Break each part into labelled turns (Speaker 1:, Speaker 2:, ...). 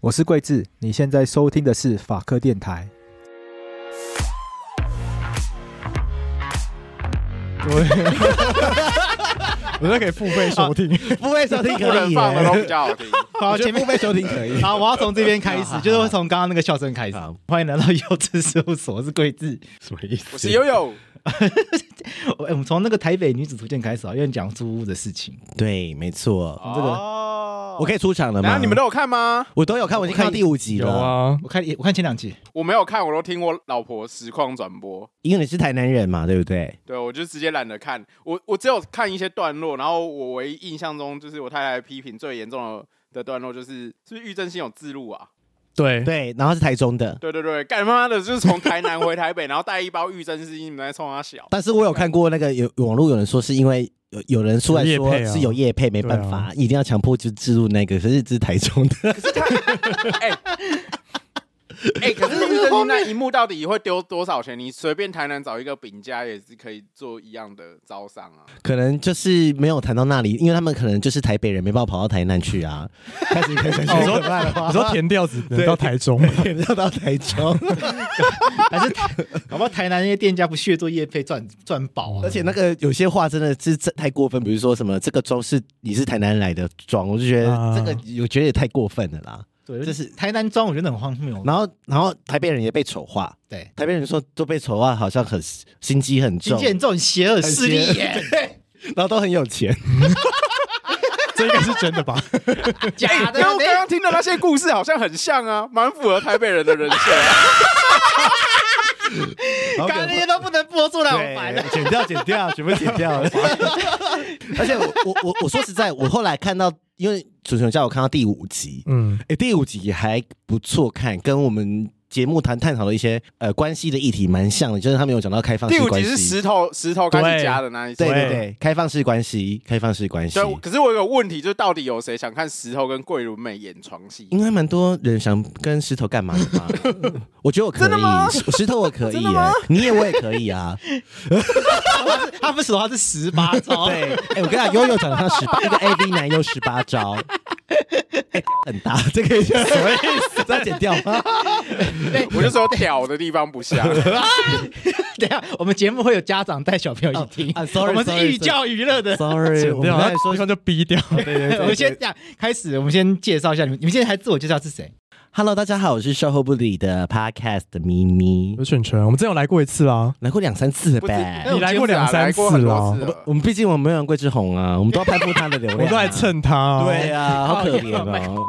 Speaker 1: 我是桂智，你现在收听的是法科电台。
Speaker 2: 我觉得可以付费收听，
Speaker 3: 付费收听
Speaker 4: 不能
Speaker 3: 可以哎
Speaker 4: 放的
Speaker 3: 耶。
Speaker 4: 都比较 好听。
Speaker 3: 好，
Speaker 2: 我觉
Speaker 3: 前
Speaker 2: 得
Speaker 3: 面
Speaker 2: 付费收听可 以。，
Speaker 3: 好，我要从这边开始就是从刚刚那个笑声开始。欢迎来到幼稚事务所，我是桂智。
Speaker 2: 什么意思
Speaker 4: 我是悠悠，
Speaker 3: 我 哎我们从那个台北女子图鉴开始啊，因为讲租屋的事情。
Speaker 5: 对，没错，
Speaker 3: 这个
Speaker 4: 哦
Speaker 5: 我可以出场了
Speaker 4: 然
Speaker 5: 吗？
Speaker 4: 后你们都有看吗？
Speaker 5: 我都有看，我已经看到第五集
Speaker 2: 有
Speaker 5: 了。
Speaker 2: 啊，
Speaker 3: 我看我看前两集，
Speaker 4: 我没有看，我都听我老婆实况转播。
Speaker 5: 因为你是台南人嘛，对不对？
Speaker 4: 对，我就直接懒得看，我我只有看一些段落，然后我唯一印象中就是我太太批评最严重的的段落就是，是不是郁正新有自录啊？
Speaker 2: 对，
Speaker 5: 对，然后是台中的，
Speaker 4: 对对对，干妈的就是从台南回台北，然后带一包郁正新，你们在冲 他小，
Speaker 5: 但是我有看过那个有网络有人说是因为有有人出来
Speaker 2: 有业
Speaker 5: 说
Speaker 2: 配啊
Speaker 5: 是有业配，没办
Speaker 2: 对啊
Speaker 5: 法，一定要强迫就置入那个，可是这是台中的，
Speaker 4: 哎、可是郁正新那一幕到底会丢多少钱？你随便台南找一个饼家也是可以做一样的招商啊。
Speaker 5: 可能就是没有谈到那里，因为他们可能就是台北人，没办法跑到台南去啊。开始开始
Speaker 2: 你说
Speaker 5: 可怕的话，
Speaker 2: 你说填调子能
Speaker 5: 对
Speaker 2: 到台中，
Speaker 5: 也 没有到台中，
Speaker 3: 还是搞不好台南那些店家不屑做业配赚赚饱啊
Speaker 5: 而。且那个有些话真的是这太过分，比如说什么这个州是你是台南来的庄，我就觉
Speaker 2: 啊
Speaker 5: 得这个有觉得也太过分了啦。
Speaker 3: 对，
Speaker 5: 这
Speaker 3: 这
Speaker 5: 是
Speaker 3: 是台南庄，我觉得很荒谬。
Speaker 5: 然后，然后台北人也被丑化，
Speaker 3: 对，
Speaker 5: 台北人说都被丑化，好像很心机很
Speaker 3: 经
Speaker 5: 重
Speaker 3: 纪，人这种邪恶势力
Speaker 5: 很邪
Speaker 3: 耶，
Speaker 5: 然后都很有 钱。
Speaker 2: 这应该是真的吧？
Speaker 3: 假 的
Speaker 4: 哎然后
Speaker 3: 对
Speaker 4: 刚刚听的那些故事好像很像啊，蛮符合台北人的人 设、啊。
Speaker 3: 刚刚那些都不能播出来，我烦了。
Speaker 5: 剪掉，剪掉，全部剪 掉。而且我我我我说实在，我后来看到，因为主持人叫我看到第五集，
Speaker 2: 嗯，
Speaker 5: 哎，第五集也还不错看，跟我们节目谈探讨的一些呃关系的议题蛮像的，就是他们有讲到开放
Speaker 4: 第
Speaker 5: 式
Speaker 4: 五
Speaker 5: 啊关
Speaker 4: 集
Speaker 5: 系。
Speaker 4: 是石头石头开始加的那一集
Speaker 5: 对。对
Speaker 2: 对
Speaker 5: 对，开放式关系，开放式关系
Speaker 4: 对，，可是我有个问题，就是到底有谁想看石头跟桂纶镁演床戏？
Speaker 5: 应该蛮多人想跟石头干嘛的吧？ 我觉得我可
Speaker 4: 真的吗
Speaker 5: 以，石石头我可以耶，你也我也可以 啊。
Speaker 3: 他不是说他是十八招，
Speaker 5: 对，哎、我跟你讲，悠悠长得像十八，一个 AV 男优十八招， 哎很大，这个什么意思？这要剪掉 吗？
Speaker 4: 我就说屌的地方不像，
Speaker 3: 等一下我们节目会有家长带小朋友一起听
Speaker 5: 哦啊，sorry，
Speaker 3: 我们是
Speaker 5: sorry，
Speaker 3: 寓教于乐 的。
Speaker 5: Sorry，
Speaker 2: 剪
Speaker 5: 我们
Speaker 2: 掉，
Speaker 5: 刚才
Speaker 2: 然后
Speaker 5: 说
Speaker 2: 对啊方就逼掉。
Speaker 3: 我们先这样开始，我们先介绍一下你们，你们现在还自我介绍是 谁？
Speaker 5: Hello，大家好，我是售后不理的 Podcast 的咪咪
Speaker 2: 我，是蠢蠢，我们之前有来过一次啊啦，
Speaker 5: 来过两三次了
Speaker 4: 不是
Speaker 5: 呗。
Speaker 4: 哎
Speaker 2: 你来过两三次哦
Speaker 4: 我
Speaker 2: 了
Speaker 4: 们来过很多次了。
Speaker 5: 我们毕竟我们没有杨桂志红啊，我们都要攀附他的流
Speaker 2: 我
Speaker 5: 量、
Speaker 2: 们都来。蹭他啊。
Speaker 5: 对呀、 好可怜哦。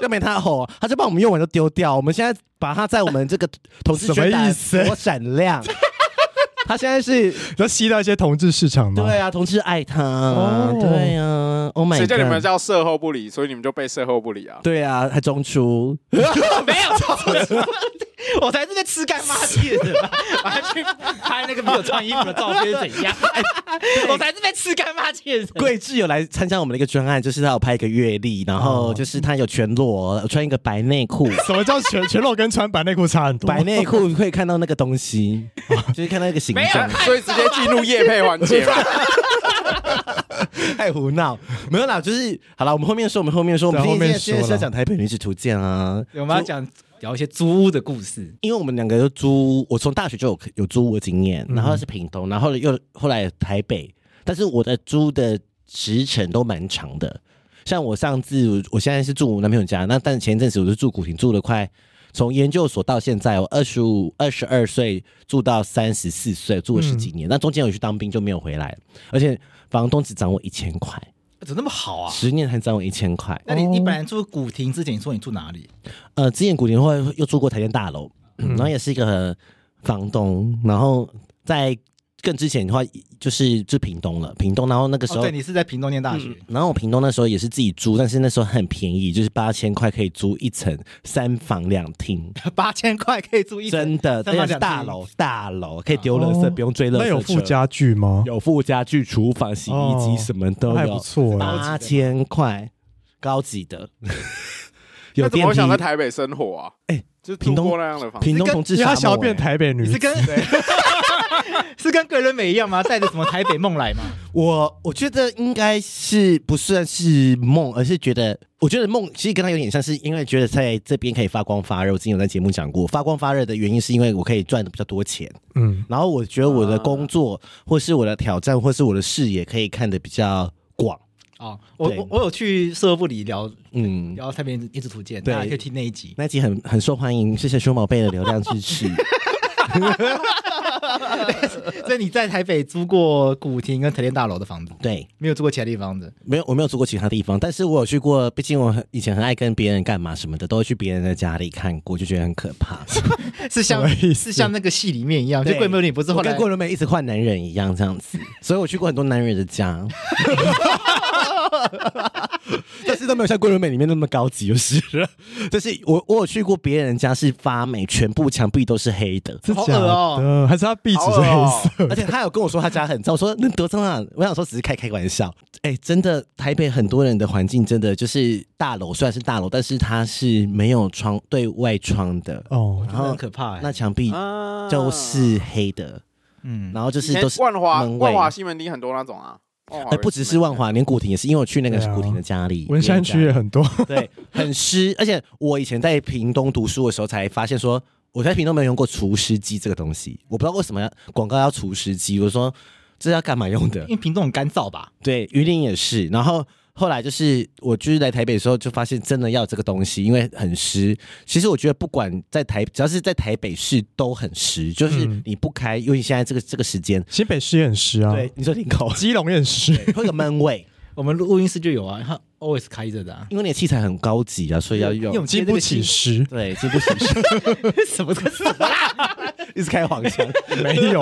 Speaker 5: 要没他吼，他就把我们用完就丢掉。我们现在把他在我们这个同事圈
Speaker 2: 什么
Speaker 5: 打
Speaker 2: 意思
Speaker 5: 多闪亮。 他现在是
Speaker 2: 要吸到一些同志市场吗？
Speaker 5: 对啊，同事爱他，
Speaker 2: 哦
Speaker 5: 对啊，Oh my
Speaker 4: 谁叫你们
Speaker 5: god，
Speaker 4: 叫售后不理，所以你们就被售后不理啊？
Speaker 5: 对啊，还中 出，
Speaker 3: 没有， 我才是在吃干妈屁的 吧，我还去拍那个没有穿衣服的照片是 怎样？哎我才是在吃干妈屁的。
Speaker 5: 桂智有来参加我们的一个专案，就是他有拍一个阅历，然后就是他有全裸，穿一个白内裤，
Speaker 2: 哦 什么叫全全裸跟穿白内裤差很多？
Speaker 5: 白内裤会看到那个东 西，就是看到一个形
Speaker 3: 没有
Speaker 5: 状。
Speaker 4: 所以直接进入夜配环节嘛。
Speaker 5: 太胡闹，没有啦，就是好了，我们后面说，我们后面说，我
Speaker 2: 对
Speaker 5: 们今
Speaker 2: 后
Speaker 5: 天
Speaker 2: 面
Speaker 5: 现在
Speaker 2: 说
Speaker 5: 是要
Speaker 2: 啦
Speaker 5: 讲台北女子图鉴啊，
Speaker 3: 我们要讲聊一些租屋的故事。
Speaker 5: 因为我们两个都租，我从大学就有有租屋的经验，然后是屏东，然后又后来台北，但是我的租的时程都蛮长的，像我上次我我现在是住我男朋友家，那但前一阵子我是住古亭，住了快。从研究所到现在，我二十五、二十二岁住到三十四岁，住了十几年。那中间我去当兵就没有回来，而且房东只涨我一千块，
Speaker 3: 怎么那么好啊？
Speaker 5: 十年还涨我一千块。
Speaker 3: 那你你本来住古亭之前，你说你住哪里？
Speaker 5: 呃，之前古典会又住过台电大楼，然后也是一个房东，然后在更之前的话就是就屏东了，屏东，然后那个时
Speaker 3: 哦，
Speaker 5: 候。嗯
Speaker 3: 对，你是在屏东念大学。
Speaker 5: 然后我屏东那时候也是自己租，但是那时候很便宜，就是八千块可以租一层三房两厅，
Speaker 3: 八千块可以住一
Speaker 5: 真的，
Speaker 3: 三房
Speaker 5: 而
Speaker 3: 两厅
Speaker 5: 且是大楼大楼可以丢垃圾，
Speaker 2: 哦
Speaker 5: 不用追垃圾车。
Speaker 2: 那有附加剧吗？
Speaker 5: 有附家具、厨房、洗衣
Speaker 2: 哦
Speaker 5: 机什么都
Speaker 2: 那还不
Speaker 5: 有，啊
Speaker 2: 错哎。
Speaker 5: 八千块，高级的， 有
Speaker 4: 那怎
Speaker 5: 电
Speaker 4: 么会
Speaker 5: 梯
Speaker 4: 想。在台北生活啊？
Speaker 5: 哎
Speaker 4: 就住
Speaker 5: 屏东
Speaker 4: 过那样的房子，
Speaker 5: 屏东同志
Speaker 2: 因为
Speaker 5: 沙
Speaker 2: 他
Speaker 5: 漠
Speaker 2: 想要变
Speaker 5: 哎
Speaker 2: 台北女
Speaker 3: 你是
Speaker 2: 子，
Speaker 3: 跟
Speaker 1: 是跟桂纶镁一样吗？带着什么台北梦来吗？
Speaker 5: 我我觉得应该是不算是梦，而是觉得，嗯我觉得梦其实跟他有点像，是因为觉得在这边可以发光发热。我之前有在节目讲过，发光发热的原因是因为我可以赚的比较多钱，
Speaker 2: 嗯，
Speaker 5: 然后我觉得我的工作、或是我的挑战或是我的视野可以看得比较广。
Speaker 1: 哦，我
Speaker 5: 对
Speaker 1: 我我有去社会部里聊
Speaker 5: 嗯，
Speaker 1: 聊太平影子图鉴，
Speaker 5: 对
Speaker 1: 大家可以听那一集。
Speaker 5: 那集很很受欢迎，谢谢熊宝贝的流量支持。
Speaker 1: 所以你在台北租过古亭跟台电大楼的房子，
Speaker 5: 对，
Speaker 1: 没有租过其他地方的。
Speaker 5: 没有我没有住过其他地方，但是我有去过，毕竟我很以前很爱跟别人干嘛什么的，都会去别人的家里看过，就觉得很可怕。
Speaker 1: 是像是像那个戏里面一啊样，就
Speaker 5: 对
Speaker 1: 桂纶镁不是后
Speaker 5: 我
Speaker 1: 来
Speaker 5: 跟桂纶镁一直换男人一样这样 子，所以我去过很多男人的家，但是都没有像桂纶镁里面那么高级，就是了。就是我我有去过别人家是发霉，全部墙壁都是黑 的。
Speaker 2: 是
Speaker 1: 好
Speaker 2: 假
Speaker 1: 恶哦
Speaker 2: 的，还是他壁纸
Speaker 4: 好
Speaker 2: 是
Speaker 4: 恶哦
Speaker 2: 黑色？
Speaker 5: 而且他有跟我说他家很脏，我说那多脏啊！我想说只是开开玩笑。哎、真的，台北很多人的环境真的就是大楼，虽然是大楼，但是它是没有窗对外窗的，
Speaker 2: 哦，
Speaker 5: 然后
Speaker 1: 很可怕欸
Speaker 5: 那墙壁
Speaker 4: 啊
Speaker 5: 就是黑的，
Speaker 1: 嗯，
Speaker 5: 然后就
Speaker 4: 以
Speaker 5: 是
Speaker 4: 前
Speaker 5: 都是
Speaker 4: 万华
Speaker 5: 门卫啊
Speaker 4: 万华西门町很多那种啊，万华
Speaker 5: 哎、不只是万华，连古亭也是，因为我去那个
Speaker 2: 对啊
Speaker 5: 古亭的家里，
Speaker 2: 文山区也很多，
Speaker 5: 对，很湿。而且我以前在屏东读书的时候，才发现说，我在屏东没有用过除湿机这个东西，我不知道为什么要广告要除湿机，我说这要干嘛用的
Speaker 1: 因？为屏东很干燥吧？
Speaker 5: 对，榆林也是。然后后来就是我就是来台北的时候，就发现真的要这个东西，因为很湿。其实我觉得不管在台，只要是在台北市都很湿，就是
Speaker 2: 嗯
Speaker 5: 你不开，因为现在这个这个时间，
Speaker 2: 新北市也很湿啊，
Speaker 5: 对，你说领 口
Speaker 2: 基隆也很湿，
Speaker 5: 会有闷味，
Speaker 1: 我们录录音室就有啊，它 always 开着的啊。
Speaker 5: 因为你的器材很高级啊，所以要
Speaker 1: 因
Speaker 5: 用
Speaker 1: 为我。们接
Speaker 2: 经
Speaker 1: 那
Speaker 2: 不
Speaker 1: 个新
Speaker 2: 起湿，
Speaker 5: 对，经不起事，
Speaker 1: 什么 歌词？
Speaker 5: 一直开黄腔。
Speaker 2: 没有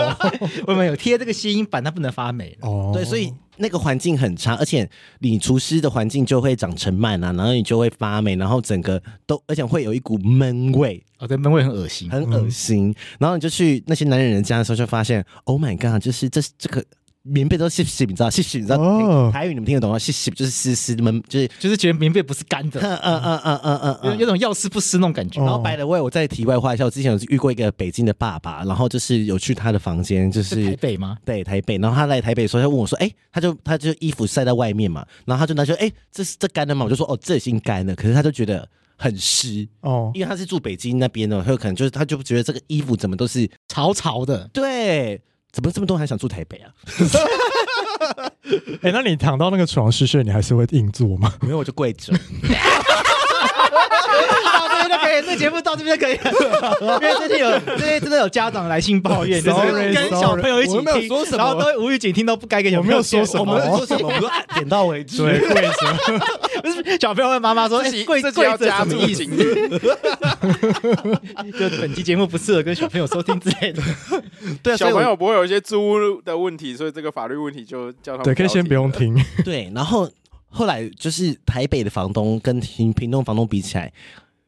Speaker 1: 我们有贴这个吸音板，它不能发霉。
Speaker 2: 哦，
Speaker 5: 对，所以那个环境很差，而且你除湿的环境就会长尘螨啊，然后你就会发霉，然后整个都，而且会有一股闷味，
Speaker 1: 哦，对，闷味很恶心。
Speaker 5: 很恶心。
Speaker 2: 嗯
Speaker 5: 然后你就去那些男人家的时候，就发现，Oh my god，就是这这个棉被都湿湿，你知道湿湿，你知道、
Speaker 2: 哦
Speaker 5: 台语你们听得懂吗？湿湿就是湿湿闷，就是
Speaker 1: 就是觉得棉被不是干 的，
Speaker 5: 嗯嗯嗯嗯嗯嗯
Speaker 1: 有
Speaker 5: 嗯。
Speaker 1: 有种要湿不湿那种感觉。
Speaker 2: 哦
Speaker 5: 然后白的喂，我在题外话一下，我之前有遇过一个北京的爸爸，然后就是有去他的房间，就是是
Speaker 1: 台北吗？
Speaker 5: 对台北，然后他来台北的时候，他问我说：“哎、他就他就衣服晒在外面嘛，然后他就拿出来，哎、这是这干了吗？”我就说：“哦，这已经干了。”可是他就觉得很湿，
Speaker 2: 哦，
Speaker 5: 因为他是住北京那边的，他有可能就是他就觉得这个衣服怎么都是
Speaker 1: 潮潮的，
Speaker 5: 对，怎么这么多人还想住台北啊？
Speaker 2: 哎，那你躺到那个床湿睡，你还是会硬 坐吗？
Speaker 5: 没有，我就跪着。
Speaker 1: 到这边就可以，这节目到这边就可以了。因为最近有最近真的有家长来信抱怨，就是
Speaker 2: Sorry，
Speaker 1: 跟小
Speaker 2: sorry
Speaker 1: 朋友一起
Speaker 5: 我没有
Speaker 1: 听
Speaker 5: 说什，么
Speaker 1: 然后都会无预警听到不该给小朋友
Speaker 2: 我没有说什
Speaker 1: 听
Speaker 2: 么
Speaker 5: 我们说什么？我们说啊点到为止。
Speaker 2: 对，跪着。
Speaker 1: 不是小朋友问妈妈说：“
Speaker 4: 这
Speaker 1: 哎
Speaker 4: 集，
Speaker 1: 跪
Speaker 4: 这
Speaker 1: 跪
Speaker 4: 集要
Speaker 1: 着
Speaker 4: 加
Speaker 1: 什么
Speaker 4: 注
Speaker 1: 意思
Speaker 4: 警语，？”
Speaker 1: 就本期节目不适合跟小朋友收听之类的。
Speaker 5: 对啊， 所
Speaker 4: 小
Speaker 5: 以
Speaker 4: 朋
Speaker 5: 我
Speaker 4: 友不会有一些租屋的问题，所以这个法律问题就叫他们
Speaker 2: 对，可以先不用听。
Speaker 5: 对，然后后来就是台北的房东跟屏屏东房东比起来，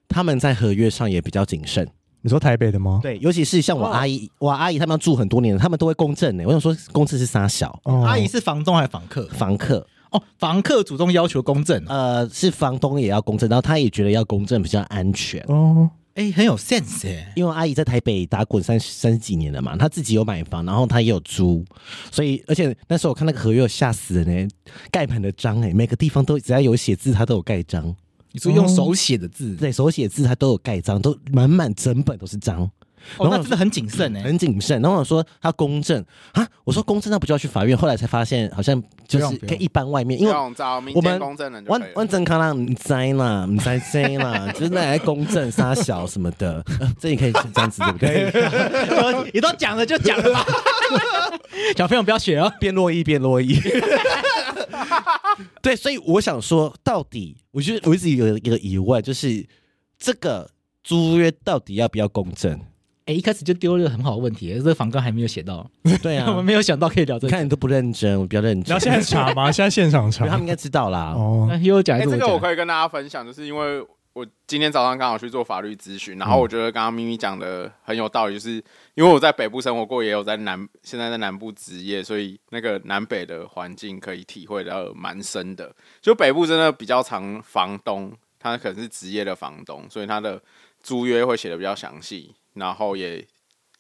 Speaker 5: 他们在合约上也比较谨慎。
Speaker 2: 你说台北的吗？
Speaker 5: 对，尤其是像我阿姨，我阿姨他们要住很多年了，他们都会公证欸呢。我想说，公证是啥小
Speaker 2: 哦
Speaker 1: 阿姨是房东还是房客？
Speaker 5: 房客，
Speaker 1: 哦，房客主动要求公证啊，
Speaker 5: 呃，是房东也要公证，然后他也觉得要公证比较安全。
Speaker 2: 哦，
Speaker 1: 哎，很有 sense 哎。
Speaker 5: 因为阿姨在台北打滚三三十几年了嘛，她自己有买房，然后她也有租，所以而且那时候我看那个合约我吓死人呢、盖满了章哎、每个地方都只要有写字，她都有盖章，
Speaker 1: 你说用手写的字，
Speaker 5: 对手写字她都有盖章，都满满整本都是章。
Speaker 1: 哦，
Speaker 5: 然后
Speaker 1: 那真的很谨慎哎。
Speaker 5: 很谨慎。然后我说他公证啊，我说公证那不就要去法院？后来才发现好像
Speaker 1: 不
Speaker 5: 就
Speaker 1: 用
Speaker 5: 是
Speaker 1: 不用
Speaker 5: 跟一般外面，因
Speaker 4: 不
Speaker 5: 为
Speaker 4: 用找民
Speaker 5: 我们
Speaker 4: 间公证人就
Speaker 5: 万
Speaker 4: 可以了。
Speaker 5: 万正康啦，唔知啦，唔知谁啦，就是那来公证杀小什么的，呃这也可以这样子对不 对？
Speaker 1: 你都讲了就讲了吧， 小朋友不要学哦。
Speaker 5: 变洛伊，变洛伊。对，所以我想说，到底我觉得我一直有一个疑问，就是这个租约到底要不要公证？
Speaker 1: 哎，一开始就丢了个很好的问题，这个房哥还没有写到，
Speaker 5: 对
Speaker 1: 我们
Speaker 5: 啊，
Speaker 1: 没有想到可以聊这
Speaker 5: 你
Speaker 1: 个。
Speaker 5: 看你都不认真，我比较认
Speaker 2: 然
Speaker 5: 真
Speaker 2: 后。现在查吗？现在现场
Speaker 5: 因为 他
Speaker 2: 查
Speaker 5: 们。应该知道啦。
Speaker 2: 哦，
Speaker 1: 那又讲
Speaker 4: 哎、
Speaker 1: 一
Speaker 4: 这
Speaker 1: 个
Speaker 4: 个我
Speaker 1: 我讲，
Speaker 4: 可以跟大家分享，就是因为我今天早上刚好去做法律咨询，然后
Speaker 1: 嗯
Speaker 4: 我觉得刚刚咪咪讲的很有道理，就是因为我在北部生活过，也有在南，现在在南部职业，所以那个南北的环境可以体会到呃蛮深的。就北部真的比较常房东，他可能是职业的房东，所以他的租约会写的比较详细，然后也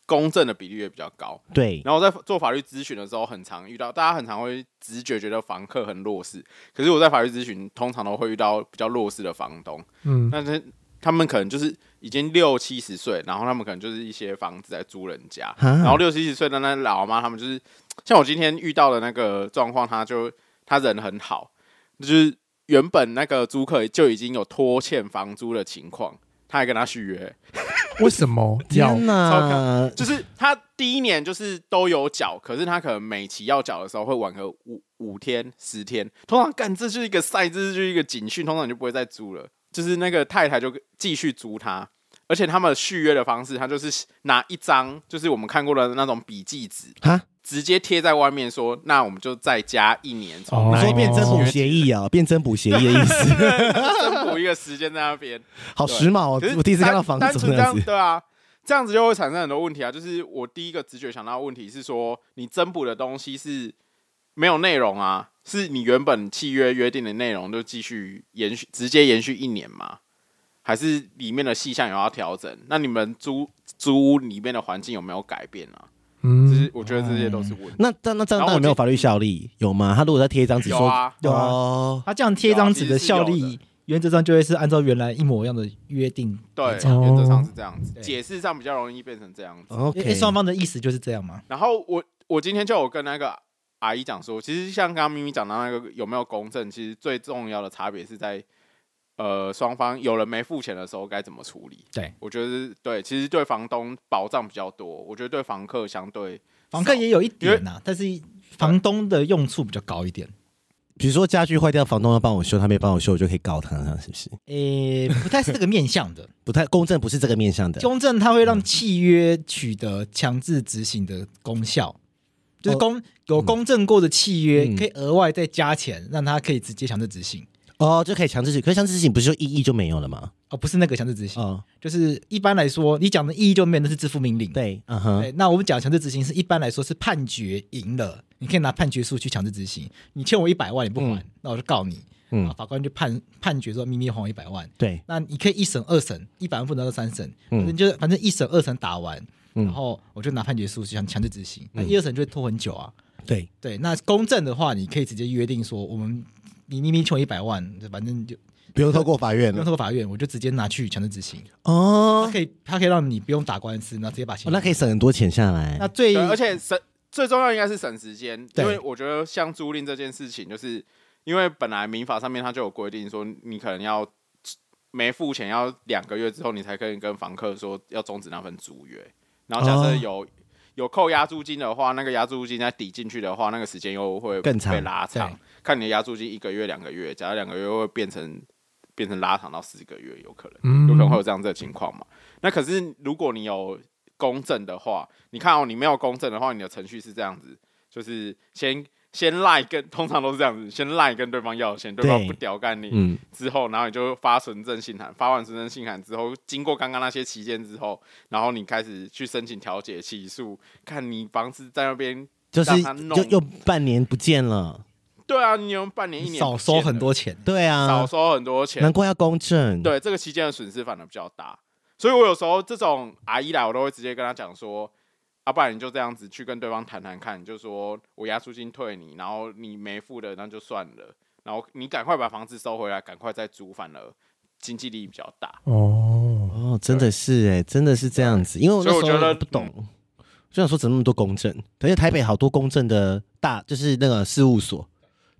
Speaker 4: 公正的比率也比较高。
Speaker 5: 对，
Speaker 4: 然后我在做法律咨询的时候，很常遇到，大家很常会直觉觉得房客很弱势，可是我在法律咨询通常都会遇到比较弱势的房东，
Speaker 2: 嗯，
Speaker 4: 但是他们可能就是已经六七十岁，然后他们可能就是一些房子在租人家，然后六七十岁的那老妈，他们就是像我今天遇到的那个状况，他就他人很好，就是原本那个租客就已经有拖欠房租的情况，他还跟他续约，
Speaker 2: 为什么要
Speaker 5: 天
Speaker 4: 超
Speaker 5: 哪，
Speaker 4: 就是他第一年就是都有缴，可是他可能每期要缴的时候会晚个五五天十天。通常干这就是一个赛，这就是一个警讯，通常你就不会再租了。就是那个太太就继续租他，而且他们续约的方式，他就是拿一张就是我们看过的那种笔记纸，
Speaker 5: 哈，
Speaker 4: 直接贴在外面说，那我们就再加一年，从
Speaker 2: 哦
Speaker 5: 你
Speaker 4: 那
Speaker 5: 说
Speaker 4: 一
Speaker 5: 变
Speaker 4: 年
Speaker 5: 增补协议啊，变增补协议的意思，
Speaker 4: 增补一个时间在那边。
Speaker 5: 好时髦
Speaker 4: 可
Speaker 5: 哦
Speaker 4: 是！
Speaker 5: 我第一次看到
Speaker 4: 单
Speaker 5: 房
Speaker 4: 单
Speaker 5: 子
Speaker 4: 纯
Speaker 5: 这
Speaker 4: 这样
Speaker 5: 样子，
Speaker 4: 对啊，这样子就会产生很多问题啊。就是我第一个直觉想到的问题是说，你增补的东西是没有内容啊，是你原本契约约定的内容就继续延续，直接延续一年吗？还是里面的细项有要调整？那你们租租屋里面的环境有没有改变啊？这
Speaker 2: 嗯
Speaker 4: 是我觉得这些都是问题。
Speaker 5: 那那那这
Speaker 4: 然
Speaker 5: 样到
Speaker 4: 后我
Speaker 5: 底没有
Speaker 4: 记
Speaker 5: 法律效力有吗？他如果再贴一张纸
Speaker 4: 有
Speaker 5: 说
Speaker 4: 啊
Speaker 1: 有啊
Speaker 5: 哦，
Speaker 1: 他这样贴一张纸的效
Speaker 4: 有啊其实是
Speaker 1: 力，原则上就会是按照原来一模一样的约定。
Speaker 5: 嗯
Speaker 4: 对，
Speaker 2: 哦
Speaker 4: 原则上是这样子，
Speaker 1: 对
Speaker 4: 解释上比较容易变成这样子。
Speaker 1: 因
Speaker 5: OK，
Speaker 1: 为双方的意思就是这样嘛。
Speaker 4: 然后我我今天就有跟那个阿姨讲说，其实像刚刚咪咪讲到那个有没有公正，其实最重要的差别是在呃双方有人没付钱的时候该怎么处理。
Speaker 1: 对，
Speaker 4: 我觉得是对，其实对房东保障比较多，我觉得对房客相对
Speaker 1: 房客也有一
Speaker 4: 因为
Speaker 1: 点呐、但是房东的用处比较高一点。
Speaker 5: 比如说家具坏掉，房东要帮我修，他没帮我修，我就可以告他，是不是？
Speaker 1: 诶、不太是这个面向的。
Speaker 5: 不太公正，不是这个面向的。
Speaker 1: 公证它会让契约取得强制执行的功效，就是公有公证过的契约
Speaker 5: 哦嗯
Speaker 1: 可以额外再加钱，让它可以直接强制执行。
Speaker 5: 哦，就可以强制执行，可是强制执行不是就意义就没有了吗？
Speaker 1: 哦，不是那个强制执行，
Speaker 5: 哦，
Speaker 1: 就是一般来说，你讲的意义就没有，那是支付命令。
Speaker 5: 对，嗯
Speaker 1: 对，
Speaker 5: 哼，
Speaker 1: 那我们讲强制执行是一般来说是判决赢了，你可以拿判决书去强制执行。你欠我一百万你不还，那我就告你，啊
Speaker 5: 嗯，
Speaker 1: 法官就判判决说咪咪还我一百万。
Speaker 5: 对，
Speaker 1: 那你可以一审、二审，一百万不能到三审，
Speaker 5: 嗯
Speaker 1: 反正就是反正一审、二审打完，
Speaker 5: 嗯
Speaker 1: 然后我就拿判决书去强强制执行。那一二审就会拖很久啊。
Speaker 5: 对，
Speaker 1: 对，那公证的话，你可以直接约定说，我们你明明欠我一百万，反正就
Speaker 5: 不用透过法院
Speaker 1: 不用透过法院，我就直接拿去强制执行。它
Speaker 5: 哦，
Speaker 1: 可以，它可以让你不用打官司，然后直接把钱。
Speaker 5: 哦那可以省很多钱下
Speaker 1: 那
Speaker 5: 来。
Speaker 1: 最
Speaker 4: 对，而且省最重要应该是省时间，
Speaker 1: 对
Speaker 4: 因为我觉得像租赁这件事情，就是因为本来民法上面它就有规定说，你可能要没付钱要两个月之后，你才可以跟房客说要终止那份租约。然后假设
Speaker 5: 哦
Speaker 4: 有、有扣押租金的话，那个押租金再抵进去的话，那个时间又会
Speaker 5: 更长
Speaker 4: 被拉长
Speaker 1: 对。
Speaker 4: 看你的押租金一个月、两个月，假如两个月会变成变成拉长到四个月，有可能。
Speaker 2: 嗯
Speaker 4: 有可能会有这样子的情况嘛。那可是如果你有公证的话，你看哦，你没有公证的话，你的程序是这样子，就是先先赖跟通常都是这样子，先赖跟对方要钱，对方
Speaker 5: 对
Speaker 4: 不屌干你、
Speaker 5: 嗯，
Speaker 4: 之后，然后你就发纯正信函，发完纯正信函之后，经过刚刚那些期间之后，然后你开始去申请调解、起诉，看你房子在那边。
Speaker 5: 就是
Speaker 4: 让他弄
Speaker 5: 又又半年不见了，
Speaker 4: 对啊，你用半年一年
Speaker 1: 少
Speaker 4: 不
Speaker 1: 收
Speaker 4: 见
Speaker 1: 很
Speaker 4: 了，
Speaker 1: 多嗯钱。
Speaker 5: 对
Speaker 4: 少
Speaker 5: 啊，
Speaker 4: 收很多钱，
Speaker 5: 难怪要公正。，
Speaker 4: 对，这个期间的损失反而比较大。所以我有时候这种阿姨来，我都会直接跟她讲说，啊，不然你就这样子去跟对方谈谈看，你就说我押租金退你，然后你没付的那就算了，然后你赶快把房子收回来，赶快再租，反而经济利益比较大。
Speaker 2: 哦，
Speaker 5: 哦，真的是哎，真的是这样子，因为我那
Speaker 4: 所以我
Speaker 5: 时
Speaker 4: 觉
Speaker 5: 候
Speaker 4: 得
Speaker 5: 不懂，就想说怎么那么多公证，而且台北好多公证的大，就是那个事务所，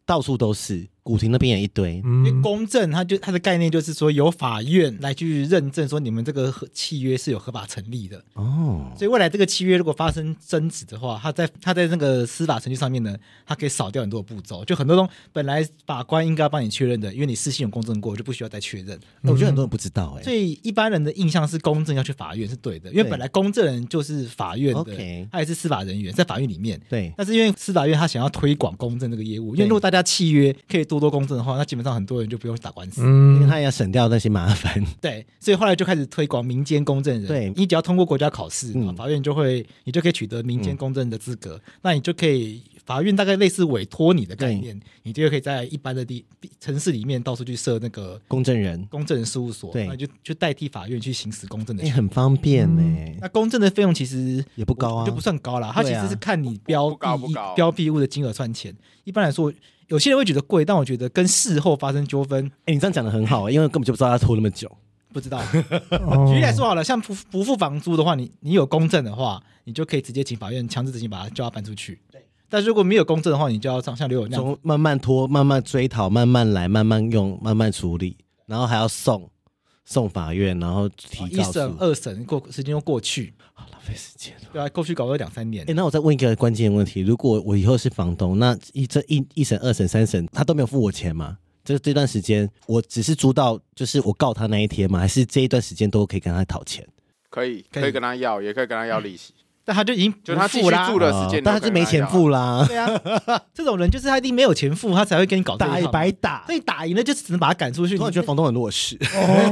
Speaker 5: 到处都是，古亭那边也一堆。
Speaker 1: 因为
Speaker 2: 嗯，
Speaker 1: 公证，它就它的概念就是说，由法院来去认证说你们这个合契约是有合法成立的。
Speaker 5: 哦，
Speaker 1: 所以未来这个契约如果发生争执的话，它在它在那个司法程序上面呢，它可以少掉很多的步骤，就很多东本来法官应该要帮你确认的，因为你事先有公证过，就不需要再确认。
Speaker 5: 欸我觉得很多人不知道
Speaker 1: 所
Speaker 5: 哎。
Speaker 1: 以一般人的印象是公证要去法院是对的，因为
Speaker 5: 对
Speaker 1: 本来公证人就是法院的
Speaker 5: OK，
Speaker 1: 他也是司法人员，在法院里面。
Speaker 5: 对，
Speaker 1: 但是因为司法院他想要推广公证这个业务，因为
Speaker 5: 对
Speaker 1: 如果大家契约可以多多公证的话，那基本上很多人就不用打官司。
Speaker 5: 因为
Speaker 2: 嗯，
Speaker 5: 他也要省掉那些麻烦。
Speaker 1: 对，所以后来就开始推广民间公证人。
Speaker 5: 对
Speaker 1: 你只要通过国家考试，
Speaker 5: 嗯
Speaker 1: 法院就会，你就可以取得民间公证的资格，那你就可以法院大概类似委托你的概念，你就可以在一般的地城市里面到处去设那个
Speaker 5: 公证人，
Speaker 1: 公证事务所，
Speaker 5: 对
Speaker 1: 那就就代替法院去行使公证的
Speaker 5: 哎，
Speaker 1: 权。
Speaker 5: 很方便呢、
Speaker 1: 那公证的费用其实
Speaker 5: 也不高啊
Speaker 1: 就不算高啦。它其
Speaker 5: 对啊
Speaker 1: 实是看你标
Speaker 4: 不不高
Speaker 1: 第
Speaker 4: 不
Speaker 1: 一
Speaker 4: 高
Speaker 1: 标的物的金额算钱。一般来说，有些人会觉得贵，但我觉得跟事后发生纠纷，
Speaker 5: 哎、你这样讲的很好、因为根本就不知道他拖那么久。
Speaker 1: 不 知道。
Speaker 2: 哦
Speaker 1: 举例来说好了，像不不付房租的话，你你有公证的话，你就可以直接请法院强制执行，把他叫他搬出去。但如果没有公证的话，你就要像像刘友那样，
Speaker 5: 从慢慢拖，慢慢追讨，慢慢来，慢慢用，慢慢处理，然后还要送送法院，然后提
Speaker 1: 一
Speaker 5: 告诉。
Speaker 1: 审、二审过时间又过去，
Speaker 5: 好浪费时间了。
Speaker 1: 对啊，过去搞了两三年
Speaker 2: 嗯
Speaker 5: 哎、。那我再问一个关键问题：如果我以后是房东，那一这一一审、二审、三审，他都没有付我钱吗？这这段时间，我只是租到，就是我告他那一天吗？还是这一段时间都可以跟他讨钱？
Speaker 4: 可以
Speaker 1: 可以
Speaker 4: 可以跟他要，也可以跟他要利息，
Speaker 1: 但他就已经不
Speaker 4: 就他继续
Speaker 1: 付啦
Speaker 4: 住，的时间，
Speaker 5: 但他就没钱付
Speaker 4: 了。
Speaker 5: 啦，
Speaker 1: 对啊，这种人就是他一定没有钱付，他才会跟你搞这一
Speaker 5: 打
Speaker 1: 套嘛
Speaker 5: 白打
Speaker 1: 所。以打赢了就只能把他赶出去。
Speaker 5: 突然觉得房东很弱势，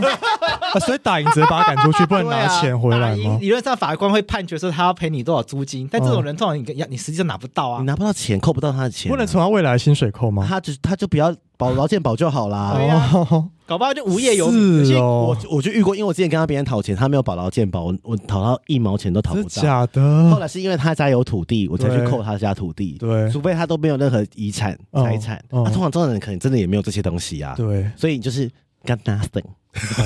Speaker 2: 啊所以打赢直接把他赶出去，不能
Speaker 1: 对啊
Speaker 2: 拿钱回来
Speaker 1: 打赢
Speaker 2: 吗？
Speaker 1: 理论上法官会判决说他要赔你多少租金，但这种
Speaker 2: 哦
Speaker 1: 人通常你跟你实际上拿不到啊
Speaker 2: 嗯
Speaker 5: 你。拿不到钱，扣不到他的钱啊、
Speaker 2: 不能从啊他未来的薪水 扣吗？
Speaker 5: 他就他就不要保劳健保就好啦。
Speaker 1: 对啊哎
Speaker 2: 哦，
Speaker 1: 搞不好就无业游民。
Speaker 5: 有
Speaker 2: 是
Speaker 5: 些
Speaker 2: 哦
Speaker 5: 我，我就遇过，因为我之前跟他别人讨钱，他没有保劳健保，我我讨到一毛钱都讨
Speaker 2: 真
Speaker 5: 不
Speaker 2: 的
Speaker 5: 到。
Speaker 2: 假
Speaker 5: 后
Speaker 2: 的？
Speaker 5: 来是因为他家有土地，我才去
Speaker 2: 对
Speaker 5: 扣他家土地，
Speaker 2: 对
Speaker 5: 除非他都没有任何遗产
Speaker 2: 嗯
Speaker 5: 财产。那、
Speaker 2: 嗯
Speaker 5: 通常这种人可能真的也没有这些东西啊，
Speaker 2: 对，
Speaker 5: 所以你就是 got nothing。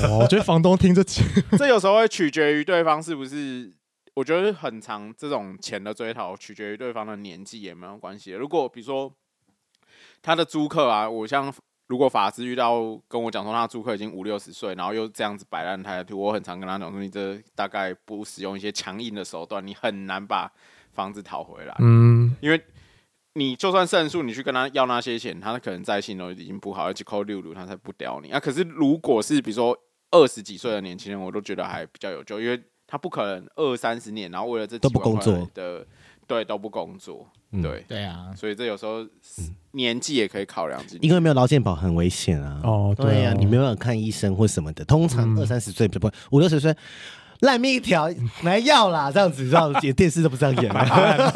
Speaker 2: 哦，我觉得房东听这集
Speaker 4: 这有时候会取决于对方是不是，我觉得很长这种钱的追讨取决于对方的年纪也没有关系。如果比如说他的租客啊，我像如果法师遇到跟我讲说他的租客已经五六十岁，然后又这样子摆烂态度，我很常跟他讲说，你这大概不使用一些强硬的手段，你很难把房子讨回来，
Speaker 2: 嗯，
Speaker 4: 因为。你就算胜诉，你去跟他要那些钱，他可能在信都已经不好，而且扣六六，他才不屌你啊。可是如果是比如说二十几岁的年轻人，我都觉得还比较有救，因为他不可能二三十年，然后为了这几
Speaker 5: 都不工作
Speaker 4: 万块的，对，都不工作，
Speaker 5: 嗯
Speaker 4: 对，
Speaker 1: 对啊，
Speaker 4: 所以这有时候年纪也可以考量进
Speaker 5: 因
Speaker 4: 去。
Speaker 5: 为没有劳健保很危险啊。
Speaker 2: 哦，嗯
Speaker 5: 对
Speaker 2: 呀，
Speaker 5: 啊，你没办法看医生或什么的。通常二三十岁不不五六十岁，烂命一条，来药啦，这样子，这样子电视都不这样演啊 了。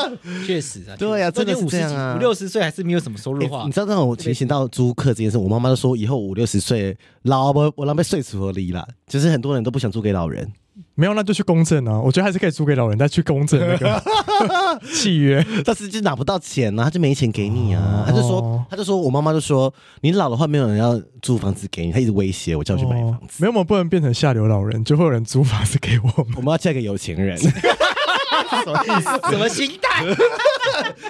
Speaker 1: 确实啊。
Speaker 5: 对啊
Speaker 1: 确实
Speaker 5: 真
Speaker 1: 都
Speaker 5: 的是
Speaker 1: 已经五十
Speaker 5: 这样啊
Speaker 1: 几五六十岁还是没有什么收入的
Speaker 5: 欸
Speaker 1: 话
Speaker 5: 你，知道那种提醒到租客这件事，我妈妈都说以后五六十岁老不我浪费岁数而离啦。就是很多人都不想租给老人，
Speaker 2: 没有，那就去公证啊。我觉得还是可以租给老人，再去公证那个契约。
Speaker 5: 但是就拿不到钱啊，他就没钱给你啊。
Speaker 2: 哦
Speaker 5: 他就说，他就说我妈妈就说你老的话没有人要租房子给你，他一直威胁我叫我去买房
Speaker 2: 哦
Speaker 5: 子。
Speaker 2: 没有，我们不能变成下流老人，就会有人租房子给我们。
Speaker 5: 我们要嫁给有钱人，哎
Speaker 1: 什么心态？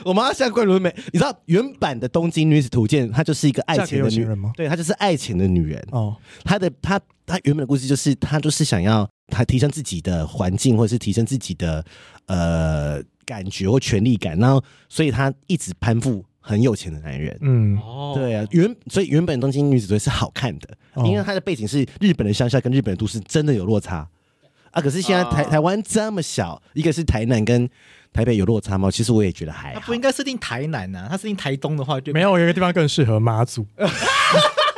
Speaker 5: 我妈像桂纶镁，你知道原版的《东京女子图鉴》，她就是一个爱
Speaker 2: 嫁给
Speaker 5: 钱的
Speaker 2: 有
Speaker 5: 女
Speaker 2: 钱人吗
Speaker 5: 对，她就是爱钱的女人。
Speaker 2: 哦，
Speaker 5: 他的他他原本的故事就是他就是想要他提升自己的环境，或者是提升自己的呃感觉或权力感，然后所以他一直攀附很有钱的男人。
Speaker 2: 嗯，
Speaker 1: 哦
Speaker 5: 对啊，原所以原本《东京女子队》是好看的，
Speaker 2: 哦
Speaker 5: 因为它的背景是日本的乡下跟日本的都市真的有落差啊。可是现在台、
Speaker 4: 啊
Speaker 5: 台湾这么小，一个是台南跟台北有落差吗？其实我也觉得还
Speaker 1: 他
Speaker 5: 好。
Speaker 1: 不应该设定台南啊呐，他设定台东的话就
Speaker 2: 没有，有一个地方更适合马祖。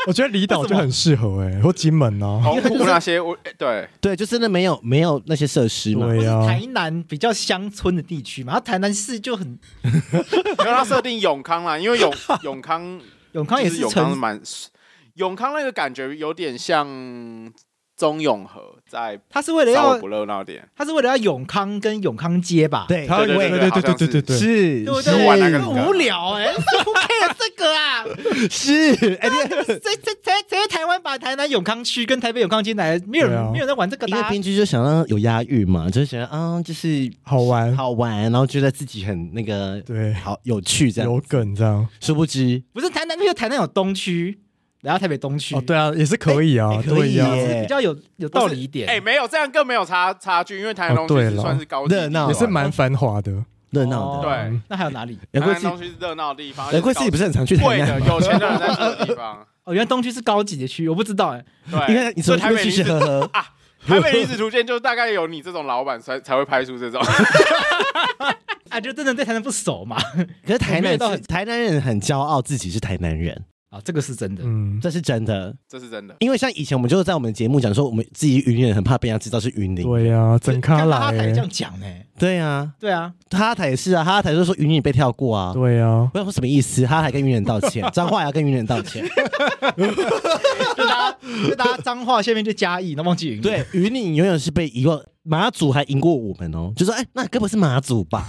Speaker 2: 我觉得离岛就很适合哎，或金门啊。
Speaker 4: 澎湖那些我哎对，
Speaker 5: 对，就真的没有没有那些设施嘛。
Speaker 2: 对
Speaker 1: 是
Speaker 2: 呀，
Speaker 1: 台南比较乡村的地区嘛，然后台南市就很
Speaker 4: 因为他设定永康啦，因为永 永康
Speaker 1: 永康也
Speaker 4: 就是永康
Speaker 1: 城
Speaker 4: 蛮永康那个感觉有点像中永和在
Speaker 1: 他是 为了
Speaker 4: 稍
Speaker 1: 要
Speaker 4: 微不热闹点，
Speaker 1: 他是为了要永康跟永康街吧？
Speaker 5: 对，
Speaker 2: 他
Speaker 4: 对
Speaker 2: 对
Speaker 4: 对
Speaker 2: 对
Speaker 4: 好
Speaker 2: 对
Speaker 4: 像
Speaker 2: 对
Speaker 4: 是
Speaker 2: 对对对，
Speaker 5: 是
Speaker 1: 对不
Speaker 4: 是玩那
Speaker 1: 对？
Speaker 4: 个
Speaker 1: 很无聊 哎，不配了这个啊！
Speaker 5: 是哎，你
Speaker 1: 谁谁谁谁在台湾把台南永康区跟台北永康街来，没有
Speaker 2: 对啊
Speaker 1: 人没有人在玩这个
Speaker 5: 因
Speaker 1: 的
Speaker 5: 为
Speaker 1: 啊。
Speaker 5: 编剧就想让有押韵嘛，就是想啊、就是
Speaker 2: 好玩，
Speaker 5: 好玩，然后觉得自己很那个，
Speaker 2: 对
Speaker 5: 好有趣这
Speaker 2: 有
Speaker 5: 样。
Speaker 2: 梗这样。
Speaker 5: 殊不知，
Speaker 1: 不是台南，因为台南有东区，然后台北东区，
Speaker 2: 哦，对啊，也是可以啊，
Speaker 5: 哎可
Speaker 2: 对
Speaker 5: 以
Speaker 2: 呀，
Speaker 5: 耶
Speaker 1: 比较有有道理一点。
Speaker 4: 哎、没有这样更没有差差距，因为台南
Speaker 2: 哦
Speaker 4: 东区
Speaker 2: 对
Speaker 4: 是
Speaker 2: 了啊
Speaker 4: 算是高级
Speaker 5: 热闹
Speaker 2: 也是蛮繁华的。
Speaker 5: 热闹
Speaker 1: 哦
Speaker 5: 的。
Speaker 4: 对，
Speaker 1: 那还有哪里？
Speaker 5: 难怪
Speaker 4: 台
Speaker 5: 自
Speaker 4: 南
Speaker 5: 己
Speaker 4: 东，区是热闹的地方，
Speaker 5: 难怪自己不
Speaker 4: 是
Speaker 5: 是很常去台
Speaker 4: 贵
Speaker 5: 南
Speaker 4: 的
Speaker 5: 嘛。
Speaker 4: 有钱的人在住的地方。
Speaker 1: 哦，原来东区是高级的区，我不知道哎。
Speaker 4: 对，
Speaker 5: 你看，你
Speaker 4: 所
Speaker 5: 从台
Speaker 4: 以台
Speaker 5: 北去
Speaker 4: 北离
Speaker 5: 吃
Speaker 4: 子
Speaker 5: 喝喝，
Speaker 4: 台北离子图鉴，就大概有你这种老板才才会拍出这种。
Speaker 1: 啊，就真的对台南不熟嘛。
Speaker 5: 可是台
Speaker 1: 我没有
Speaker 5: 南
Speaker 1: 到
Speaker 5: 是
Speaker 1: 很
Speaker 5: 台南人很骄傲自己是台南人，
Speaker 1: 啊，这个是真的。
Speaker 2: 嗯，
Speaker 5: 这是真的。
Speaker 4: 这是真的。
Speaker 5: 因为像以前我们就是在我们节目讲说，我们自己云林人很怕被人家知道是云林。
Speaker 2: 对呀，整咖
Speaker 1: 看到他才
Speaker 2: 来
Speaker 1: 这
Speaker 2: 欸，
Speaker 1: 样讲呢、
Speaker 5: 对啊，
Speaker 1: 对啊，
Speaker 5: 哈台也是啊，哈台就说云林被跳过啊。
Speaker 2: 对呀，
Speaker 5: 我想说什么意思？哈台跟云林道歉，脏话也要跟云林道 歉。
Speaker 1: 就大家就大家脏话下面就加一，那忘记云林
Speaker 5: 对，云林永远是被遗忘，马祖还赢过我们哦。就说哎，那根本是马祖吧？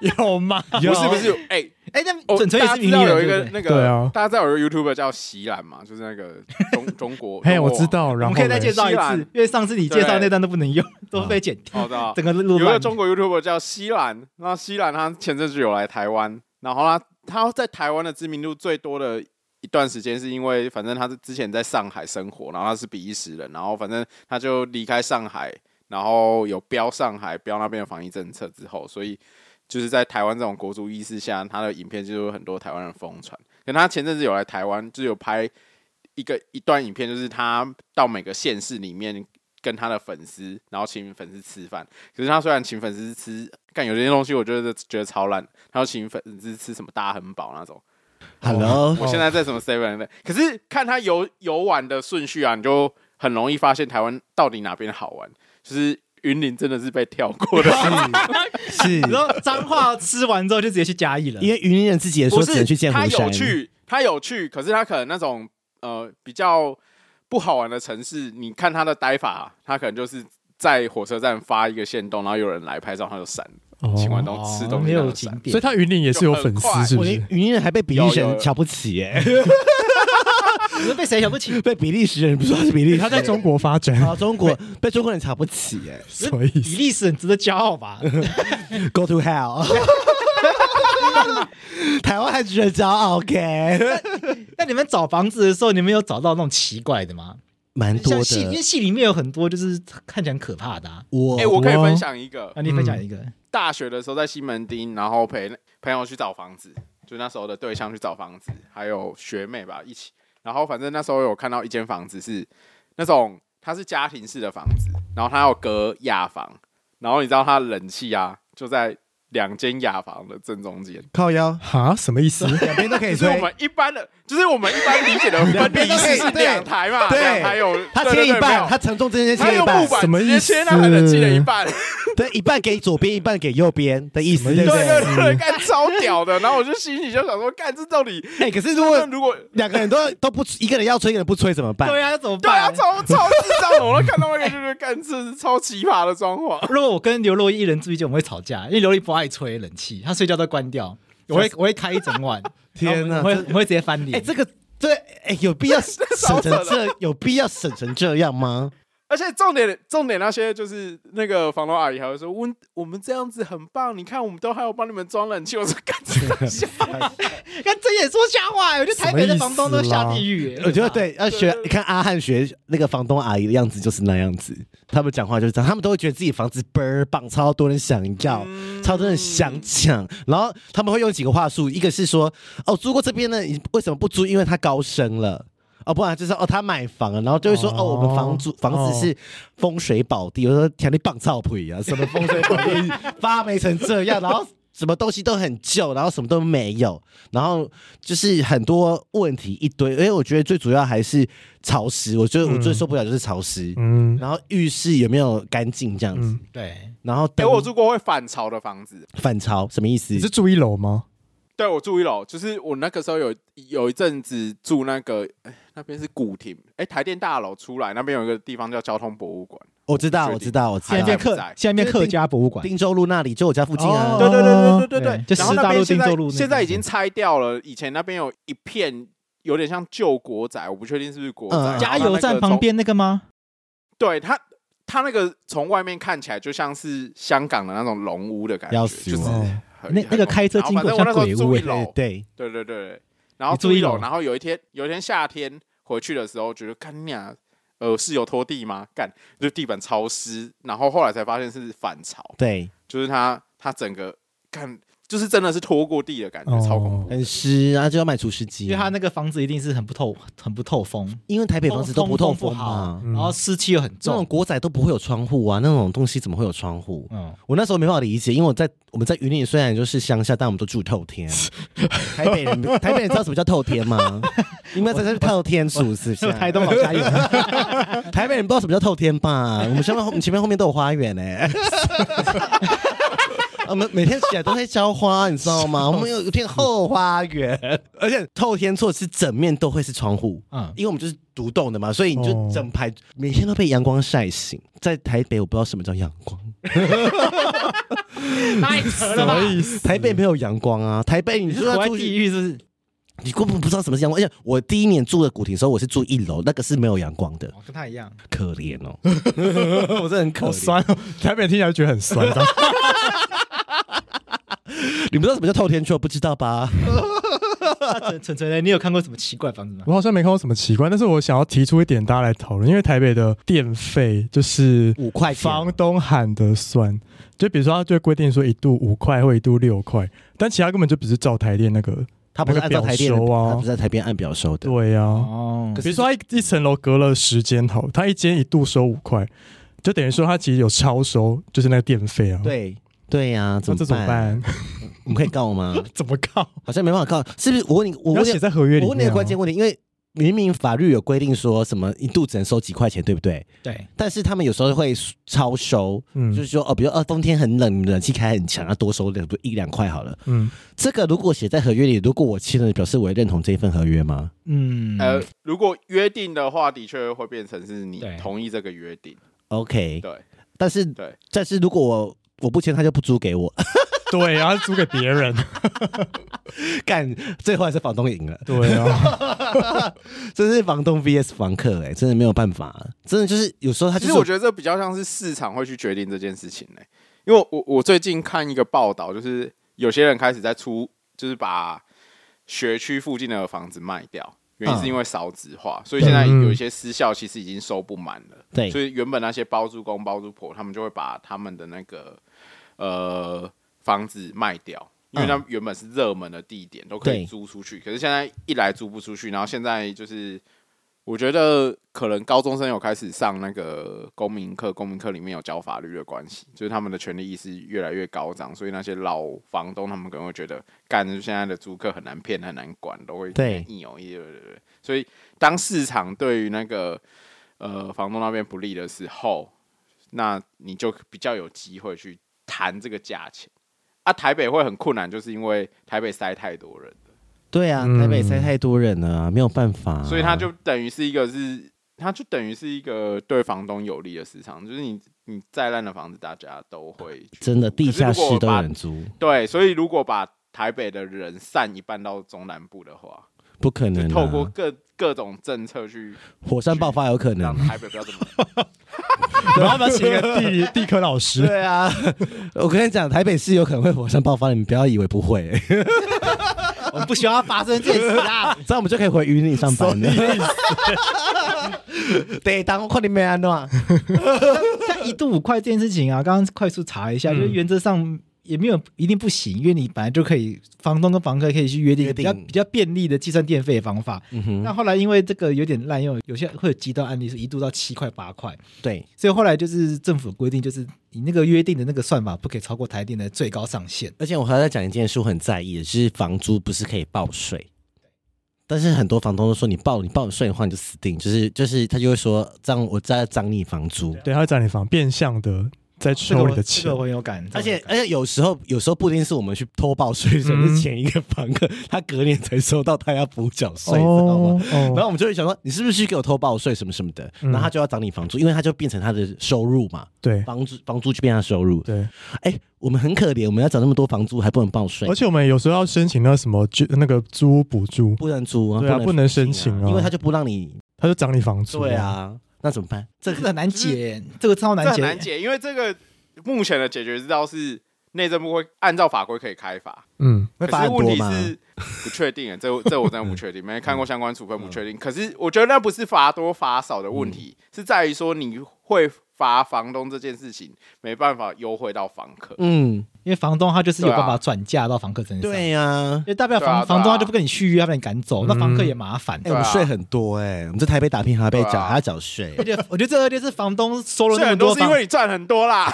Speaker 1: 有吗？
Speaker 4: 不是不是，哎、
Speaker 1: 哎、那
Speaker 4: 哦
Speaker 1: 准成也
Speaker 4: 大
Speaker 1: 是
Speaker 4: 家
Speaker 1: 云
Speaker 4: 知
Speaker 1: 林
Speaker 4: 道
Speaker 1: 人，
Speaker 4: 有一
Speaker 1: 对不
Speaker 4: 个
Speaker 1: 对
Speaker 4: 那
Speaker 2: 对
Speaker 4: 个
Speaker 2: 啊，
Speaker 4: 大家知道有一个 YouTuber 叫席兰嘛，就是那个中中国，
Speaker 2: 嘿，
Speaker 4: 中
Speaker 2: 我
Speaker 4: 国
Speaker 2: 知道，
Speaker 1: 我
Speaker 2: 然
Speaker 1: 们
Speaker 2: 后
Speaker 1: 可以再介
Speaker 2: 嘞
Speaker 1: 绍一
Speaker 4: 西兰
Speaker 1: 次，因为上次你介绍那段都不能用，都被剪掉，
Speaker 4: 网，我哦知道，
Speaker 1: 整个录
Speaker 4: 啊有一
Speaker 1: 乱
Speaker 4: 个。中国 YouTuber 叫西兰，那西兰他前阵子有来台湾，然后他他在台湾的知名度最多的一段时间，是因为反正他是之前在上海生活，然后他是比利时人，然后反正他就离开上海，然后有标上海标那边的防疫政策之后，所以就是在台湾这种国族意识下，他的影片就有很多台湾人疯传。可他前阵子有来台湾，就有拍一个一段影片，就是他到每个县市里面跟他的粉丝，然后请粉丝吃饭。可是他虽然请粉丝吃，干有些东西我觉得觉得超烂，他要请粉丝吃什么大汉堡那种。
Speaker 5: 哦 Hello，
Speaker 4: 我现在在什么 Seven 的，可是看他游游玩的顺序啊，你就很容易发现台湾到底哪边好玩。就是云林真的是被跳过
Speaker 5: 哎
Speaker 4: 的，
Speaker 5: 是
Speaker 1: 然后脏话吃完之后就直接去嘉义了，
Speaker 5: 因为云林人自己也
Speaker 4: 不
Speaker 5: 说只
Speaker 4: 是
Speaker 5: 能去剑湖
Speaker 4: 他
Speaker 5: 山。
Speaker 4: 有去，他有去，可是他可能那种呃比较不好玩的城市，你看他的呆法，他可能就是在火车站发一个线动，然后有人来拍照，他就闪，
Speaker 2: 哦
Speaker 4: 请完
Speaker 1: 哦
Speaker 4: 东吃东
Speaker 1: 没
Speaker 4: 西他
Speaker 1: 有
Speaker 4: 就
Speaker 1: 景
Speaker 4: 闪。
Speaker 1: 点，
Speaker 2: 所以他云林也是有粉丝，是不
Speaker 5: 我
Speaker 2: 是
Speaker 5: 连？云林人还被比利时
Speaker 4: 有
Speaker 5: 人
Speaker 4: 有有
Speaker 5: 瞧不起耶、
Speaker 1: 你是被谁瞧不起？
Speaker 5: 被比利时人不知道是比利时人，
Speaker 2: 他 在中国发展，
Speaker 5: 啊中国被中国人瞧不起耶、
Speaker 2: 什么意
Speaker 1: 比
Speaker 2: 思？
Speaker 1: 利时很值得骄傲吧？
Speaker 5: Go to hell！台湾还值得骄傲，OK？
Speaker 1: 那你们找房子的时候，你们有找到那种奇怪的吗？
Speaker 5: 蛮多
Speaker 1: 像戏，因为
Speaker 5: 的。
Speaker 1: 戏里面有很多就是看起来很可怕的啊。
Speaker 5: 我、
Speaker 4: 哎、我可以
Speaker 2: 我
Speaker 4: 分享一个，
Speaker 1: 啊，你分享一个，
Speaker 4: 大学的时候在西门町，然后陪朋友去找房子，就那时候的对象去找房子，还有学妹吧一起。然后反正那时候有看到一间房子是那种它是家庭式的房子，然后它有隔雅房，然后你知道它的冷气啊就在两间雅房的正中间。
Speaker 5: 靠腰，
Speaker 2: 哈，什么意思？
Speaker 5: 两边都哎可以
Speaker 4: 就是我
Speaker 5: 吹。
Speaker 4: 们一般的，就是我们一般理解的分离式是两台嘛，
Speaker 5: 对
Speaker 4: 两台有
Speaker 5: 他
Speaker 4: 对对
Speaker 5: 切一
Speaker 4: 对没有
Speaker 5: 半，他承重这些
Speaker 4: 它
Speaker 5: 切一
Speaker 4: 用
Speaker 5: 半
Speaker 4: 木，
Speaker 2: 什么
Speaker 4: 板直
Speaker 2: 意
Speaker 4: 接
Speaker 2: 思
Speaker 4: 切那个冷气的一半，
Speaker 5: 对，一半给左边，一半给右边的意思，
Speaker 2: 什么
Speaker 5: 对
Speaker 2: 意
Speaker 5: 不
Speaker 2: 思
Speaker 4: 对
Speaker 5: 对？
Speaker 4: 对对，干超屌的。然后我就心里就想说，干这到底，
Speaker 5: 哎、可是如
Speaker 4: 那
Speaker 5: 果
Speaker 4: 如果
Speaker 5: 两个人都都不一个人要吹，一个人不吹怎么办？
Speaker 1: 对啊，那怎么
Speaker 4: 对啊，
Speaker 1: 办？
Speaker 4: 超超智障的，我都看到那个就是干，这是超奇葩的装潢。
Speaker 1: 如果我跟刘若英一人住一间，我们会吵架，因为刘若英不爱吹冷气，她睡觉都关掉，我会我会开一整 晚，
Speaker 5: 天哪
Speaker 1: 然后我会我会直接翻
Speaker 5: 哎、
Speaker 1: 脸。
Speaker 5: 这个对，哎、有必要省
Speaker 4: 超
Speaker 5: 成
Speaker 4: 扯的
Speaker 5: 这有必要省成这样吗？
Speaker 4: 而且重点重点那些就是那个房东阿姨还会说，我我们这样子很棒，你看我们都还有帮你们装冷气。我说干这大小，
Speaker 1: 看睁眼说瞎话、我觉得台北的房东都下地狱、
Speaker 5: 我觉得，对，要学
Speaker 4: 对对对
Speaker 5: 你看阿汉学那个房东阿姨的样子就是那样子，他们讲话就是这样，他们都会觉得自己房子倍儿棒，超多人想要，超多人想抢，然后他们会用几个话术，一个是说哦租过这边呢，你为什么不租？因为他高升了。哦，不然就是哦，他买房了，然后就会说哦
Speaker 2: 哦
Speaker 5: 我们房主房子是风水宝地。我说天，你棒操鬼啊，什么风水宝地发霉成这样，然后什么东西都很旧，然后什么都没有，然后就是很多问题一堆。因为我觉得最主要还是潮湿，我觉得我最受不了就是潮湿。
Speaker 2: 嗯，
Speaker 5: 然后浴室有没有干净这样子？
Speaker 2: 嗯
Speaker 1: 对，
Speaker 5: 然后
Speaker 4: 哎、
Speaker 5: 灯
Speaker 4: 我住过会反潮的房子，
Speaker 5: 反潮什么意思
Speaker 2: 你？是住一楼吗？
Speaker 4: 对我住一楼，就是我那个时候有有一阵子住那个哎那边是古亭，哎、台电大楼出来那边有一个地方叫交通博物馆，
Speaker 5: 我知道，
Speaker 4: 确定
Speaker 5: 我知道，我知
Speaker 1: 现在
Speaker 5: 道
Speaker 1: 变。
Speaker 4: 还不
Speaker 1: 客
Speaker 4: 在，
Speaker 1: 现在变客家博物馆，
Speaker 5: 汀州路那里就我家附近啊。
Speaker 2: 哦
Speaker 4: 对对对对对对
Speaker 1: 对就
Speaker 4: 然后
Speaker 1: 师
Speaker 4: 那
Speaker 1: 大
Speaker 4: 边
Speaker 1: 路
Speaker 4: 现在
Speaker 1: 汀州路那
Speaker 4: 现在已
Speaker 1: 边
Speaker 4: 经拆掉了，以前那边有一片有点像旧国宅，我不确定是不是国宅。
Speaker 5: 嗯
Speaker 4: 然后
Speaker 1: 加
Speaker 4: 它那
Speaker 1: 油
Speaker 4: 个
Speaker 1: 站
Speaker 4: 从
Speaker 1: 旁，边那个吗？
Speaker 4: 对它它那个从外面看起来就像是香港的那种龙屋的感觉，
Speaker 5: 要
Speaker 4: 就
Speaker 5: 死
Speaker 4: 是
Speaker 5: 我
Speaker 2: 哦，
Speaker 4: 很
Speaker 1: 那那个开车经过
Speaker 4: 然后反正我那
Speaker 1: 像鬼
Speaker 4: 时
Speaker 1: 屋
Speaker 4: 候住一
Speaker 1: 欸
Speaker 4: 楼，
Speaker 5: 对，
Speaker 4: 对对对对，然后
Speaker 1: 你住
Speaker 4: 住
Speaker 1: 一
Speaker 4: 一
Speaker 1: 楼
Speaker 4: 楼，然后有一天有一天夏天回去的时候，觉得干你啊，呃，是有拖地吗？干，就地板潮湿，然后后来才发现是反潮，
Speaker 5: 对，
Speaker 4: 就是它它整个干就是真的是拖过地的感觉，
Speaker 2: 哦
Speaker 4: 超恐怖。
Speaker 5: 很湿，然后就要买除湿
Speaker 1: 因
Speaker 5: 机
Speaker 1: 为它
Speaker 5: 啊，
Speaker 1: 那个房子一定是很不透、很不透风，
Speaker 5: 因为台北房子都不透风
Speaker 1: 好
Speaker 5: 嘛，，
Speaker 1: 然后湿气又很
Speaker 5: 这种
Speaker 1: 重。
Speaker 5: 国仔都不会有窗户啊，那种东西怎么会有窗户？
Speaker 1: 嗯，
Speaker 5: 我那时候没办法理解，因为我在我们在云林虽然就是乡下，但我们都住透天。 台北人台北人知道什么叫透天吗？你们在这是透天属是不是？
Speaker 1: 台东老家有，
Speaker 5: 台北人不知道什么叫透天吧？我们前面 我们前面后面都有花园呢、我们每天起来都在浇花，你知道吗？我们有一片后花园，而且透天厝是整面都会是窗户，
Speaker 1: 嗯
Speaker 5: 因为我们就是独栋的嘛，所以你
Speaker 2: 哦
Speaker 5: 就整排每天都被阳光晒醒。在台北，我不知道什么叫阳光，
Speaker 3: 太扯了吧？
Speaker 5: 台北没有阳光啊，台北你
Speaker 1: 你
Speaker 5: 就是
Speaker 1: 活
Speaker 5: 算
Speaker 1: 在
Speaker 5: 出
Speaker 1: 地
Speaker 5: 去，
Speaker 1: 狱是不是？
Speaker 5: 你根本不知道什么是阳光。而且我第一年住的古亭的时候，我是住一楼，那个是没有阳光的，
Speaker 1: 我跟他一样，
Speaker 5: 可怜哦， 我真的很可
Speaker 2: 好
Speaker 5: 怜。
Speaker 2: 酸哦，台北人听起来就觉得很酸。啊
Speaker 5: 你不知道什么叫透天厝，不知道吧？
Speaker 1: 纯纯纯的，你有看过什么奇怪房子吗？
Speaker 2: 我好像没看过什么奇怪，但是我想要提出一点大家来讨论，因为台北的电费就是
Speaker 5: 五块钱
Speaker 2: 房东喊的算，就比如说他就会规定说一度五块或一度六块，但其他根本就不是照台电那个，
Speaker 5: 他不是
Speaker 2: 那个
Speaker 5: 按照台电的
Speaker 2: 表收啊
Speaker 5: 他不是在台边按表收的。
Speaker 2: 对呀、啊。
Speaker 1: 哦
Speaker 5: 可
Speaker 2: 比
Speaker 5: 是
Speaker 2: 如说他一一层楼隔了十间好，他一间一度收五块，就等于说他其实有超收，就是那个电费啊。，
Speaker 5: 对对呀、怎
Speaker 2: 那
Speaker 5: 么
Speaker 2: 这怎么
Speaker 5: 办？
Speaker 2: 办？
Speaker 5: 我们可以告吗？
Speaker 2: 怎么告？
Speaker 5: 好像没办法告，是不是？我问你，我
Speaker 2: 要
Speaker 5: 问
Speaker 2: 写
Speaker 5: 你，
Speaker 2: 在合约里面、啊。
Speaker 5: 我问你个关键问题，因为明明法律有规定说什么一度只能收几块钱，对不对？
Speaker 1: 对，
Speaker 5: 但是他们有时候会超收，
Speaker 2: 嗯
Speaker 5: 就是说哦，比如哦，冬天很冷，你们冷气开很强，要多收点，不一两块好了。
Speaker 2: 嗯，
Speaker 5: 这个如果写在合约里，如果我签了，表示我也认同这一份合约 吗？
Speaker 1: 嗯，
Speaker 4: 呃，如果约定的话，的确会变成是你
Speaker 1: 对
Speaker 4: 同意这个约定。
Speaker 5: OK，
Speaker 4: 对，
Speaker 5: 但是
Speaker 4: 对
Speaker 5: 但是如果我我不签，他就不租给我，
Speaker 2: 对啊，租给别人。
Speaker 5: 干，最后还是房东赢了。
Speaker 2: 对啊，
Speaker 5: 这是房东 VS 房客、哎，真的没有办法，真的就是有时候他
Speaker 4: 其
Speaker 5: 就
Speaker 4: 实
Speaker 5: 是
Speaker 4: 我觉得这比较像是市场会去决定这件事情呢、因为我我我最近看一个报道，就是有些人开始在出，就是把学区附近的房子卖掉，原因
Speaker 5: 嗯
Speaker 4: 是因为少子化，所以现在
Speaker 2: 嗯
Speaker 4: 有一些私校其实已经收不满了，
Speaker 5: 对
Speaker 4: 所以原本那些包租公包租婆，他们就会把他们的那个呃房子卖掉。因为它原本是热门的地点，都可以
Speaker 5: 嗯对
Speaker 4: 租出去。可是现在一来租不出去，然后现在就是我觉得可能高中生有开始上那个公民课，公民课里面有教法律的关系，就是他们的权利意识越来越高涨，所以那些老房东他们可能会觉得，干现在的租客很难骗，很难管，都会
Speaker 5: 对
Speaker 4: 一有一对对对，所以当市场对于那个呃房东那边不利的时候，那你就比较有机会去谈这个价钱。啊，台北会很困难，就是因为台北塞太多人。
Speaker 5: 对啊，
Speaker 2: 嗯
Speaker 5: 台北塞太多人了啊、没有办法、
Speaker 4: 所以它就等于是一个是，它就等于是一个对房东有利的市场，就是你你再烂的房子，大家都会去
Speaker 5: 真的地下
Speaker 4: 可是如果
Speaker 5: 室都有
Speaker 4: 把
Speaker 5: 人租，
Speaker 4: 对，所以如果把台北的人散一半到中南部的话，
Speaker 5: 不可能、
Speaker 4: 就
Speaker 5: 啊。
Speaker 4: 透过各各种政策去
Speaker 5: 火山爆发有可
Speaker 4: 让
Speaker 5: 能，
Speaker 4: 台北不要这么冷
Speaker 2: 然后他请一个地理地科老师，
Speaker 5: 对啊， 我跟你讲，台北市有可能会火山爆发，你们不要以为不会、
Speaker 1: 我们不希望它发生这件事啊啦。
Speaker 5: 这样我们就可以回云林上班 了。对，当快点没安诺，
Speaker 1: 像一度五块这件事情啊，刚刚快速查一下，就是原则上也没有一定不行，因为你本来就可以，房东跟房客可以去约定
Speaker 5: 约
Speaker 1: 比
Speaker 5: 定
Speaker 1: 较比较便利的计算电费的方法。
Speaker 5: 嗯哼，
Speaker 1: 那后来因为这个有点滥用，有些会有极端案例是一度到七块八块，
Speaker 5: 对，
Speaker 1: 所以后来就是政府规定，就是你那个约定的那个算法不可以超过台电的最高上限。
Speaker 5: 而且我还要再讲一件事，我很在意的，就是房租不是可以报税，但是很多房东都说你报你报税的话你就死定，就是就是他就会说这样我再涨你房租，
Speaker 2: 对，他会占你房，变相的
Speaker 5: 哦
Speaker 2: 在
Speaker 1: 这个
Speaker 2: 抽
Speaker 1: 我
Speaker 2: 你
Speaker 1: 这
Speaker 2: 的钱
Speaker 1: 个。我很有感，
Speaker 5: 而且
Speaker 1: 这个我很有感
Speaker 5: 而且有时候有时候不一定是我们去偷报
Speaker 2: 嗯
Speaker 5: 税，甚至前一个房客他隔年才收到他要补缴税，你知道吗？然后
Speaker 2: 哦，
Speaker 5: 我们就会想说，你是不是去给我偷报税什么什么的？
Speaker 2: 嗯
Speaker 5: 然后他就要涨你房租，因为他就变成他的收入嘛，
Speaker 2: 对
Speaker 5: 房租房租就变成他的收入。
Speaker 2: 对，
Speaker 5: 哎，我们很可怜，我们要涨那么多房租还不能报税
Speaker 2: 而，且我们有时候要申请那什么居那个租屋补助，
Speaker 5: 不能租啊，
Speaker 2: 对啊不能申请啊
Speaker 5: 因为他就不让你
Speaker 2: 他就涨你房租。
Speaker 5: 对，啊，那怎么办？这
Speaker 1: 这
Speaker 5: 个
Speaker 1: 个很难解，这个超
Speaker 4: 这
Speaker 1: 难
Speaker 4: 很
Speaker 1: 解。
Speaker 4: 难解，因为这个目前的解决之道是内政部会按照法规可以开罚，
Speaker 2: 嗯，
Speaker 5: 会
Speaker 4: 可
Speaker 5: 罚
Speaker 4: 是
Speaker 5: 很
Speaker 4: 问
Speaker 5: 多
Speaker 4: 题
Speaker 5: 吗？
Speaker 4: 是不确定的，欸这我这我真的不确 定，没
Speaker 5: 嗯嗯
Speaker 4: 看过相关处分，不确定。可是我觉得那不是罚多罚少的问题，是在于说你会罚房东这件事情没办法优惠到房客，
Speaker 5: 嗯，
Speaker 1: 因为房东他就是有
Speaker 4: 对啊
Speaker 1: 办法转嫁到房客身上。
Speaker 5: 对呀、
Speaker 1: 因为大不了
Speaker 4: 对
Speaker 1: 房
Speaker 4: 啊对啊
Speaker 1: 房东他就不跟你续约，他把你赶走，那房客也麻烦。
Speaker 5: 哎、我们
Speaker 4: 对啊
Speaker 5: 税很多哎、我们在台北打拼还要被缴，
Speaker 4: 对啊
Speaker 5: 还要缴税
Speaker 1: 而。且我觉得这二就是房东收了那
Speaker 4: 虽
Speaker 1: 么
Speaker 4: 然都
Speaker 1: 多
Speaker 4: 是因
Speaker 1: 房，
Speaker 4: 为你赚很 多啦，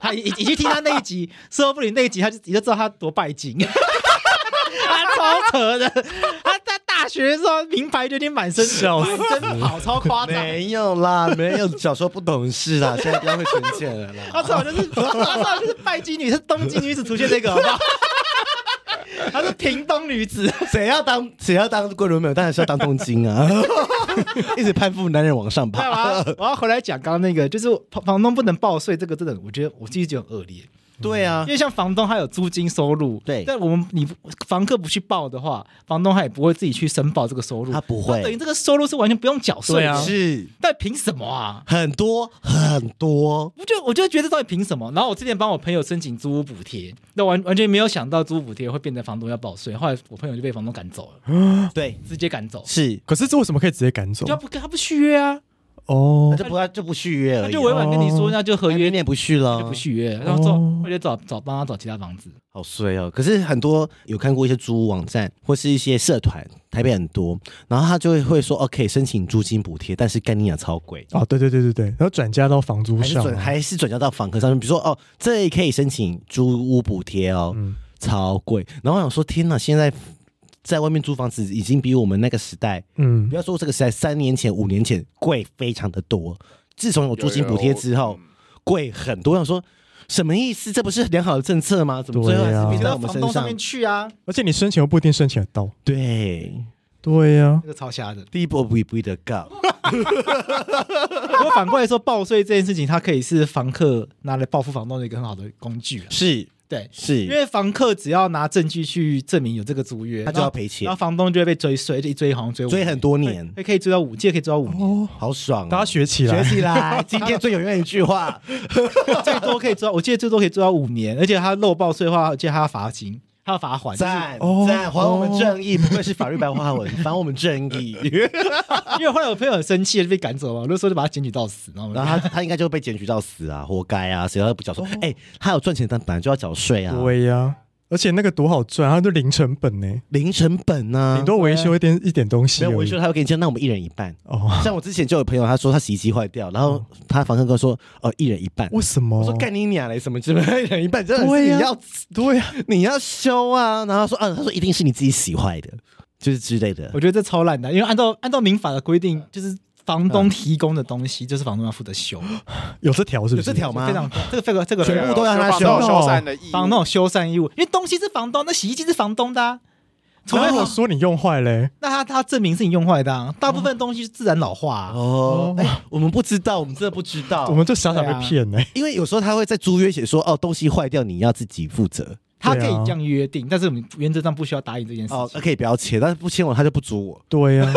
Speaker 1: 他已已经听他那一集售后不理那一集，他就你就知道他多拜金， 他超扯的。他在大学的时候名牌就已经满身
Speaker 2: 笑死
Speaker 1: 满身跑，超夸张。
Speaker 5: 没有啦，没有，小时候不懂事 啦，现在不要会存钱了啦。
Speaker 1: 他至少就是他至少就是拜金女，是东京女子出现这个好不 好？他是屏东女子，
Speaker 5: 谁要当谁要当桂纶镁，当然是要当东京 啊！一直攀附男人往上
Speaker 1: 对
Speaker 5: 爬。
Speaker 1: 吧？ 我要回来讲刚刚那个，就是房房东不能报税，这个真的，我觉得我自己觉得很恶劣。
Speaker 5: 对啊
Speaker 1: 因，为像房东他有租金收入，
Speaker 5: 对
Speaker 1: 但我们你房客不去报的话，房东他也不会自己去申报这个收入，
Speaker 5: 他不
Speaker 1: 那等于
Speaker 5: 会，
Speaker 1: 这个收入是完全不用缴税
Speaker 2: 对
Speaker 1: 的
Speaker 2: 啊，
Speaker 5: 是
Speaker 1: 但凭什么啊？
Speaker 5: 很多很多，
Speaker 1: 我就我就觉得到底凭什么？然后我之前帮我朋友申请租屋补贴，那完完全没有想到租屋补贴会变成房东要报税，后来我朋友就被房东赶走了，
Speaker 5: 对，
Speaker 1: 直接赶 走，
Speaker 5: 是
Speaker 2: 可是这为什么可以直接赶走
Speaker 1: 就？他不他不续约啊，
Speaker 2: 哦
Speaker 5: 那，就不要就不续约
Speaker 1: 他
Speaker 5: 而已
Speaker 1: 就，委婉跟你
Speaker 5: 哎
Speaker 1: 说，
Speaker 2: 哦
Speaker 1: 那就合
Speaker 5: 合约
Speaker 1: 约
Speaker 5: 你也不续了，
Speaker 1: 就不续约，然后找
Speaker 2: 哦
Speaker 1: 我就找找帮他找其他房子，
Speaker 5: 好衰哦！可是很多有看过一些租屋网站或是一些社团，台北很多，然后他就会会说哦，可以申请租金补贴，但是干你娘超贵，
Speaker 2: 哦，对对对对对，然后转嫁到房租
Speaker 5: 还是
Speaker 2: 上
Speaker 5: 转
Speaker 2: 啊，
Speaker 5: 还是转交到房客上面，比如说哦，这里可以申请租屋补贴哦，
Speaker 2: 嗯
Speaker 5: 超贵。然后我想说，天哪，现在在外面租房子已经比我们那个时代，
Speaker 2: 嗯
Speaker 5: 不，要说这个时代，三年前、五年前贵非常的多。自从有租金
Speaker 4: 有嗯
Speaker 5: 补贴之
Speaker 1: 嗯
Speaker 5: 后，，
Speaker 4: 有
Speaker 5: 贵很多。我想说，什么意思？这不是良好的政策吗？怎么最后还
Speaker 2: 对啊
Speaker 5: 是变
Speaker 1: 你
Speaker 5: 到
Speaker 1: 到
Speaker 5: 我们
Speaker 1: 房
Speaker 5: 身
Speaker 1: 东上
Speaker 5: 上？
Speaker 1: 面去啊，
Speaker 2: 而且你申请又不一定申请得到。
Speaker 5: 对，
Speaker 2: 对呀
Speaker 1: 那、个超瞎的。
Speaker 5: 第一波不一不一的告，
Speaker 1: 不过反过来说，报税这件事情，它可以是房客拿来报复房东的一个很好的工具啊。
Speaker 5: 是
Speaker 1: 对，因
Speaker 5: 是，
Speaker 1: 为房客只要拿证据去证明有这个租约，
Speaker 5: 他就要
Speaker 1: 然后
Speaker 5: 赔钱
Speaker 1: 然后房东就会被追税，一追好像追五
Speaker 5: 追很多年
Speaker 1: 年，，可以追到五届，可以追到五年，
Speaker 2: 哦，
Speaker 5: 好爽、啊
Speaker 2: 大家学起
Speaker 5: 学
Speaker 2: 来，
Speaker 5: 起来，今天最有用的一句话，哦
Speaker 1: 最多可以追到，我记得最多可以追到五年，而且他漏报税的话，而且他要罚金，他要罚款。
Speaker 5: 赞
Speaker 2: 哦
Speaker 5: 赞，还我们正义，不愧是法律白话 文，还我们正 义。
Speaker 1: 就是因为后来我朋友很生气，就被赶走嘛，我就说就把他检举到死，然后我
Speaker 5: 然
Speaker 1: 们
Speaker 5: 后他他应该就被检举到死啊，活该啊，谁让他不缴税？哎、他有赚钱，但本来就要缴税啊，
Speaker 2: 对呀。而且那个多好赚，它就零成本呢，
Speaker 5: 零成本呢、
Speaker 2: 顶多维修一点一点东西
Speaker 5: 啊没有
Speaker 2: 而
Speaker 5: 维
Speaker 2: 已
Speaker 5: 修，。他会给你讲，那我们一人一半。
Speaker 2: 哦，
Speaker 5: 像我之前就有朋友，他说他洗衣机坏掉，然后他房客跟我说，哦，一人一半。
Speaker 2: 为什么？
Speaker 5: 我说干你娘嘞，什么什么一人一半，真的
Speaker 2: 对
Speaker 5: 是
Speaker 2: 呀
Speaker 5: 你要
Speaker 2: 对呀，
Speaker 5: 你要修啊。然后他说，啊，他说一定是你自己洗坏的，就是之类的
Speaker 1: 我。觉得这超烂的，因为按照按照民法的规定，就是房东提供的东西，就是房东要负责修，
Speaker 2: 有这条是
Speaker 5: 有
Speaker 2: 不是？
Speaker 5: 这条吗
Speaker 1: 非？常这个这个这个
Speaker 5: 全部都要让他哦
Speaker 4: 啊房东
Speaker 2: 修
Speaker 4: 有修缮的义务
Speaker 1: 房东有修缮义务，因为东西是房东，那洗衣机是房东的、啊，除非
Speaker 2: 然后我
Speaker 1: 房
Speaker 2: 说你用坏嘞，
Speaker 1: 那他他证明是你用坏的、啊，大部分东西是自然老化、啊。
Speaker 5: 哦，哎、我们不知道，我们真的不知道
Speaker 2: 我。们就傻傻
Speaker 1: 对啊
Speaker 2: 被骗呢。
Speaker 5: 因为有时候他会在租约写说，哦，东西坏掉你要自己负责，
Speaker 1: 他可以这样约定，但是我们原则上不需要答应这件事
Speaker 5: 哦，
Speaker 1: 情。
Speaker 5: 可以不要签，但是不签我他就不租我，
Speaker 2: 对呀，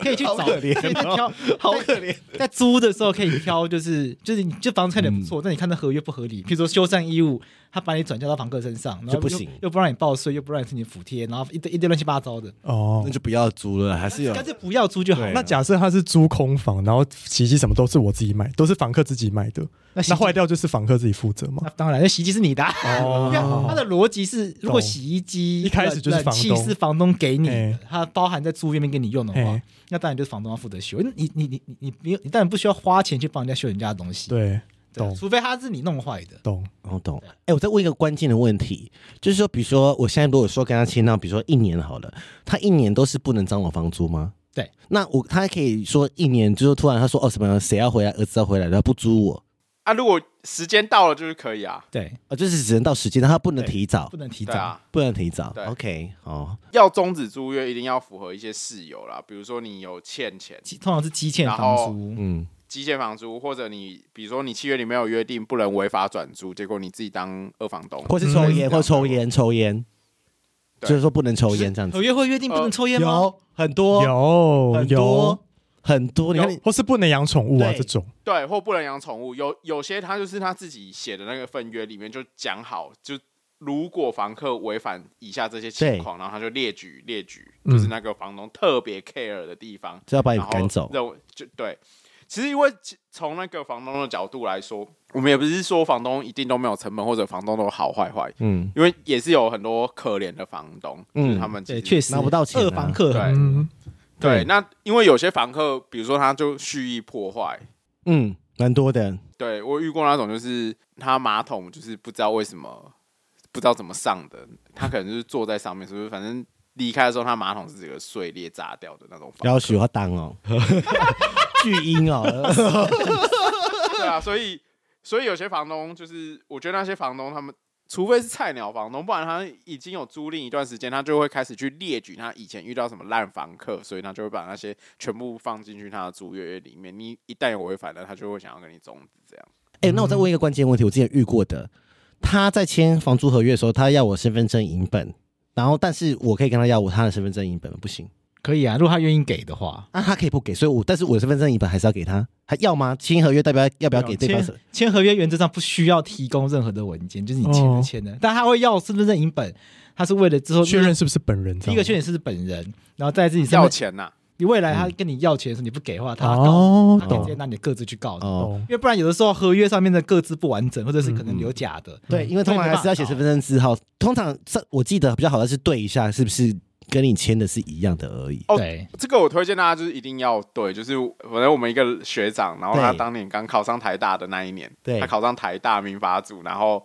Speaker 1: 可以去找，
Speaker 5: 好可怜哦
Speaker 1: 可以去挑，
Speaker 5: 好可怜。
Speaker 1: 在租的时候可以挑，就是就是你这房子看起来不错，但你看那合约不合理，譬如说修缮义务，他把你转交到房客身上，然后
Speaker 5: 就不
Speaker 1: 又
Speaker 5: 行
Speaker 1: 又不让你报税，又不让你申请补贴，然后一堆一堆乱七八糟的，
Speaker 2: 哦
Speaker 5: 那，就不要租了，还是有
Speaker 1: 干脆不要租就好
Speaker 5: 啊对。
Speaker 2: 那假设他是租空房，然后洗衣机什么都是我自己买，都是房客自己买的，
Speaker 1: 那洗
Speaker 2: 那
Speaker 1: 衣机
Speaker 2: 坏掉就是房客自己负责嘛
Speaker 1: 那。当然，那洗衣机是你的啊、
Speaker 2: 哦
Speaker 1: 因为它的逻辑是，如果洗衣机
Speaker 2: 一开始就是
Speaker 1: 冷冷气
Speaker 2: 房东
Speaker 1: 是房东给你
Speaker 2: 哎
Speaker 1: 的，它包含在租约里面给你用的话
Speaker 2: 哎，
Speaker 1: 那当然就是房东要负责修。你你你你你你你当然不需要花钱去帮人家修人家的东西，
Speaker 2: 对，
Speaker 1: 对
Speaker 2: 懂
Speaker 1: 除非他是你弄坏的。
Speaker 2: 懂。
Speaker 5: 我懂。哎、我再问一个关键的问题，就是说，比如说我现在如果说跟他签到，比如说一年好了，他一年都是不能涨我房租吗？
Speaker 1: 对，
Speaker 5: 那我他可以说一年，就是突然他说哦什么谁要回来，儿子要回来，然后不租我
Speaker 4: 啊，如果时间到了就是可以啊，
Speaker 1: 对，
Speaker 5: 啊，就是只能到时间，但他不能
Speaker 1: 对
Speaker 5: 提早
Speaker 1: 不，能提
Speaker 4: 对
Speaker 1: 早。
Speaker 4: 啊，
Speaker 5: 不能提早
Speaker 4: 对。
Speaker 5: OK，哦，
Speaker 4: 要终止租约一定要符合一些事由啦，比如说你有欠钱、
Speaker 1: 积通常是积欠
Speaker 4: 然
Speaker 1: 房
Speaker 4: 后
Speaker 1: 租，
Speaker 5: 嗯，
Speaker 4: 积欠房租，或者你比如说你契约里面有约定不能违法转租，结果你自己当二房东，
Speaker 5: 或是抽
Speaker 4: 嗯
Speaker 5: 烟，或抽烟，抽烟，
Speaker 4: 对
Speaker 5: 就是说不能抽烟这样子
Speaker 1: 合。约会约定不能抽烟
Speaker 4: 呃
Speaker 1: 吗？
Speaker 5: 有很多，
Speaker 2: 有
Speaker 5: 很
Speaker 2: 有
Speaker 5: 多，很多，你看你
Speaker 2: 或是不能养宠物啊
Speaker 5: 对
Speaker 2: 这种，
Speaker 4: 对，或不能养宠物。有有些他就是他自己写的那个份约里面就讲好，就如果房客违反以下这些情况，然后他就列举列举，
Speaker 2: 嗯
Speaker 4: 就是那个房东特别 care 的地方，
Speaker 5: 就要把你
Speaker 4: 然后
Speaker 5: 赶走。
Speaker 4: 认为就对。其实因为其从那个房东的角度来说，我们也不是说房东一定都没有成本，或者房东都好坏坏，
Speaker 5: 嗯
Speaker 4: 因为也是有很多可怜的房东，
Speaker 5: 嗯
Speaker 4: 嗯，他们其
Speaker 1: 对，
Speaker 4: 实
Speaker 1: 确实
Speaker 5: 拿不到钱啊
Speaker 1: 二房客
Speaker 4: 对
Speaker 2: 嗯，
Speaker 4: 对。那因为有些房客，比如说他就蓄意破坏，
Speaker 5: 嗯，蛮多的，
Speaker 4: 对我遇过那种，就是他马桶就是不知道为什么不知道怎么上的，他可能就是坐在上面，是不是？反正离开的时候，他马桶是整个碎裂炸掉的那种房
Speaker 5: 要许要当 哦，巨婴哦，
Speaker 4: 对啊，所以所以有些房东就是，我觉得那些房东他们，除非是菜鸟房东，不然他已经有租赁一段时间，他就会开始去列举他以前遇到什么烂房客，所以他就会把那些全部放进去他的租约里面。你一旦有违反的，他就会想要跟你终止这样。
Speaker 5: 哎、那我再问一个关键问题，我之前遇过的，他在签房租合约的时候，他要我身份证影本，然后但是我可以跟他要我他的身份证影本吗，不行，啊
Speaker 1: 可以啊，如果他愿意给的话，
Speaker 5: 那、他可以不给，所以我但是我的身份证影本还是要给他，他要吗？签合约代表要不要给对方身？
Speaker 1: 签签合约原则上不需要提供任何的文件，就是你签
Speaker 2: 哦
Speaker 1: 就签了，但他会要身份证影本，他是为了之后
Speaker 2: 确认。是不是本人？
Speaker 1: 第一个确认是不是本人，然后再自己身份
Speaker 4: 要钱呐、
Speaker 1: 你未来他跟你要钱的时候你不给的话，他告，
Speaker 2: 哦
Speaker 1: 他，可以直接
Speaker 2: 懂
Speaker 1: 拿你的个资去告你，
Speaker 5: 哦，
Speaker 2: 懂
Speaker 1: 因，为不然有的时候合约上面的个资不完整，或者是可能留假的，
Speaker 5: 对，因为通常还是要写身份证字号，通常这我记得比较好的是对一下是不是跟你签的是一样的而已。
Speaker 4: 哦
Speaker 1: 对，
Speaker 4: 这个我推荐大家就是一定要对，就是反正我们一个学长，然后他
Speaker 5: 对
Speaker 4: 当年刚考上台大的那一年，
Speaker 5: 对
Speaker 4: 他考上台大民法组，然后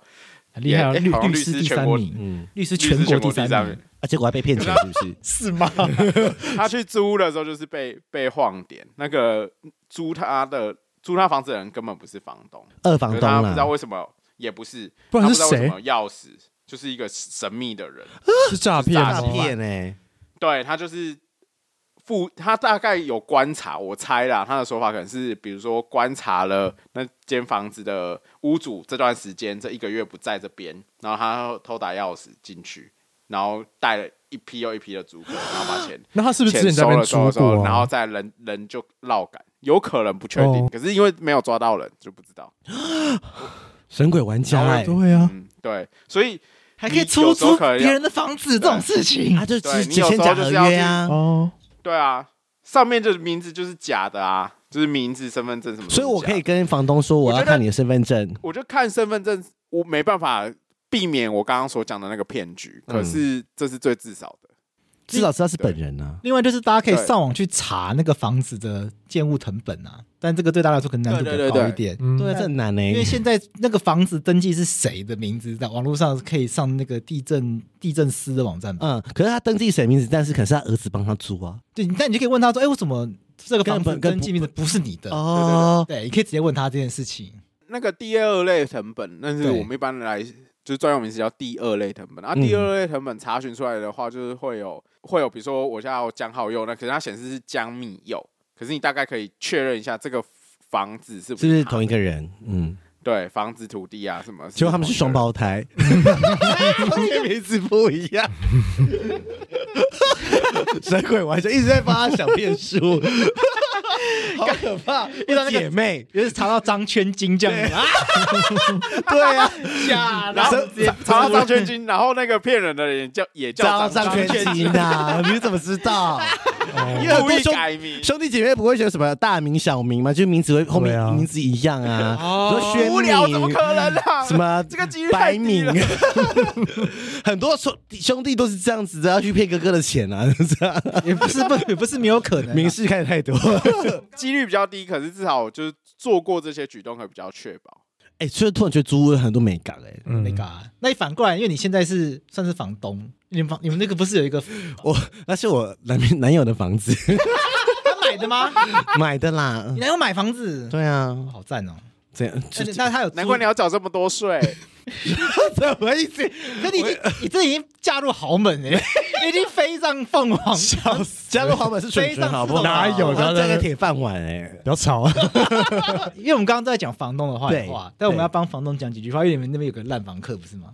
Speaker 1: 很厉害哦，
Speaker 4: 也
Speaker 1: 律
Speaker 4: 哎好像
Speaker 1: 律
Speaker 4: 律
Speaker 1: 师
Speaker 4: 师
Speaker 1: 第
Speaker 4: 全
Speaker 1: 三
Speaker 4: 国
Speaker 1: 名，
Speaker 5: 嗯，
Speaker 1: 律师
Speaker 4: 律
Speaker 1: 全
Speaker 4: 师
Speaker 1: 国
Speaker 4: 全
Speaker 1: 第
Speaker 4: 国
Speaker 1: 三
Speaker 4: 第三
Speaker 1: 名
Speaker 4: 名，，
Speaker 5: 啊，结果还被骗钱是不是？
Speaker 3: 是吗？
Speaker 4: 他去租的时候就是被被晃点，那个租他的租他房子的人根本不是房东，
Speaker 5: 二房
Speaker 4: 可是
Speaker 5: 东
Speaker 4: 他不知道
Speaker 5: 啦，
Speaker 4: 为什么，也不是，
Speaker 2: 不然
Speaker 4: 他
Speaker 2: 是
Speaker 4: 不知道为
Speaker 2: 谁
Speaker 4: 什么钥匙就是一个神秘的人，
Speaker 2: 是诈骗
Speaker 4: 是
Speaker 2: 吗
Speaker 5: 诈？骗
Speaker 4: 欸
Speaker 5: 哎，
Speaker 4: 对他就是附他大概有观察，我猜啦，他的说法可能是比如说观察了那间房子的屋主这段时间这一个月不在这边，然后他偷打钥匙进去，然后带了一批又一批的租客，然后把钱
Speaker 2: 那他是不是之前
Speaker 4: 钱
Speaker 2: 在那
Speaker 4: 收
Speaker 2: 边
Speaker 4: 了
Speaker 2: 租
Speaker 4: 收了收
Speaker 2: 过
Speaker 4: 了，
Speaker 2: 啊？
Speaker 4: 然后再人人就绕感，有可能不确定，
Speaker 2: 哦
Speaker 4: 可是因为没有抓到人就不知道。
Speaker 5: 神鬼玩家哎，
Speaker 2: 对啊，
Speaker 4: 嗯，对，所以
Speaker 1: 还可以
Speaker 4: 你
Speaker 1: 出
Speaker 4: 有时候
Speaker 1: 租
Speaker 4: 可能
Speaker 1: 别
Speaker 4: 要
Speaker 1: 人的房子这种事情，
Speaker 5: 啊他就
Speaker 4: 对
Speaker 5: 是
Speaker 4: 你
Speaker 5: 只
Speaker 4: 有
Speaker 5: 签
Speaker 4: 时候
Speaker 5: 假
Speaker 4: 就
Speaker 5: 合
Speaker 4: 是要
Speaker 5: 约
Speaker 4: 去
Speaker 5: 啊。
Speaker 2: 哦，
Speaker 4: 对啊，上面就是名字就是假的啊，就是名字、身份证什么。
Speaker 5: 所以我可以，跟房东说
Speaker 4: 啊我
Speaker 5: 我要
Speaker 4: 觉得
Speaker 5: 看你的身份证，
Speaker 4: 我就看身份证，我没办法避免我刚刚所讲的那个骗局，
Speaker 5: 嗯
Speaker 4: 可是这是最至少的。
Speaker 5: 至少知道是本人啊。
Speaker 1: 另外就是大家可以
Speaker 4: 对
Speaker 1: 上网去查那个房子的建物成本啊，但这个对大家来说可能难度
Speaker 4: 对
Speaker 1: 比
Speaker 4: 对
Speaker 1: 较高
Speaker 4: 对
Speaker 1: 一点。
Speaker 2: 嗯
Speaker 5: 对啊，这很难呢。
Speaker 1: 因为现在那个房子登记是谁的名字，在网络上可以上那个地震地震司的网站吧？
Speaker 5: 嗯，可是他登记谁名字，但是可能是他儿子帮他租啊。
Speaker 1: 对，但你就可以问他说：“哎，为什么这个房
Speaker 5: 根
Speaker 1: 子
Speaker 5: 本跟
Speaker 1: 登记名字不是你的？”
Speaker 5: 哦，
Speaker 1: 对，你可以直接问他这件事情。
Speaker 4: 那个第二类成本，那是
Speaker 1: 对
Speaker 4: 我们一般来就是专用名词叫第二类成
Speaker 5: 嗯
Speaker 4: 本。啊，第二类成本查询出来的话，就是会有会有，比如说我叫江浩佑，那可是它显示是江密佑，可是你大概可以确认一下这个房子是不
Speaker 5: 是不是
Speaker 4: 是他
Speaker 5: 同一个人？嗯，
Speaker 4: 对房子土地啊什么？
Speaker 5: 结果他们是双
Speaker 4: 同一个人
Speaker 5: 胞 胎，中间名字不一样。神鬼玩家一直在帮他想变 数，好可怕！遇到姐妹，
Speaker 1: 就是查到张圈金这样子啊，
Speaker 5: 对啊，
Speaker 1: 假的
Speaker 4: 然后
Speaker 5: 神
Speaker 4: 直接查到张圈金，然后那个骗人的人也叫也叫
Speaker 5: 张张全金啊，你怎么知道？
Speaker 2: 哦
Speaker 5: 因为很
Speaker 4: 故
Speaker 5: 多
Speaker 4: 意
Speaker 5: 兄
Speaker 4: 改名。
Speaker 5: 兄弟姐妹不会选什么大名小名嘛，就是名字会后
Speaker 2: 对
Speaker 5: 面
Speaker 2: 啊
Speaker 5: 名字一样啊，说宣
Speaker 4: 哦无聊怎么
Speaker 5: 明
Speaker 4: 可能啊？
Speaker 5: 什么
Speaker 4: 这个几率太
Speaker 5: 白
Speaker 4: 低
Speaker 5: 敏
Speaker 4: 了，
Speaker 5: 很多兄兄弟都是这样子的，要去骗哥哥的钱啊，这样
Speaker 1: 也不是不也不是没有可能啊。
Speaker 5: 明示看太多。
Speaker 4: 几率比较低，可是至少就是做过这些举动会比较确保。
Speaker 5: 哎，所以突然觉得租屋有很多美感哎，
Speaker 2: 嗯
Speaker 1: 那个、啊，那你反过来，因为你现在是算是房东，你们房你们那个不是有一个
Speaker 5: 我那是我男 男友的房子
Speaker 1: 他买的吗？
Speaker 5: 买的啦
Speaker 1: 你，男友买房子，
Speaker 5: 对啊，
Speaker 1: 好赞哦！
Speaker 5: 这样
Speaker 1: 那那他有租
Speaker 4: 难怪你要缴这么多 税，
Speaker 5: 怎么意 思？
Speaker 1: 那你已经你这已经嫁入豪门哎，你已经飞上凤凰，
Speaker 5: 笑死！加入滑板是水
Speaker 1: 飞
Speaker 5: 准
Speaker 1: 上
Speaker 5: 好不
Speaker 1: 四
Speaker 5: 好？
Speaker 1: 楼
Speaker 2: 哪有
Speaker 5: 他这个铁饭碗哎、
Speaker 2: 不要吵啊！
Speaker 1: 因为我们刚刚在讲房东的坏
Speaker 5: 对
Speaker 1: 话，但我们要
Speaker 5: 对
Speaker 1: 帮房东讲几句话，因为你们那边有个烂房客不是吗？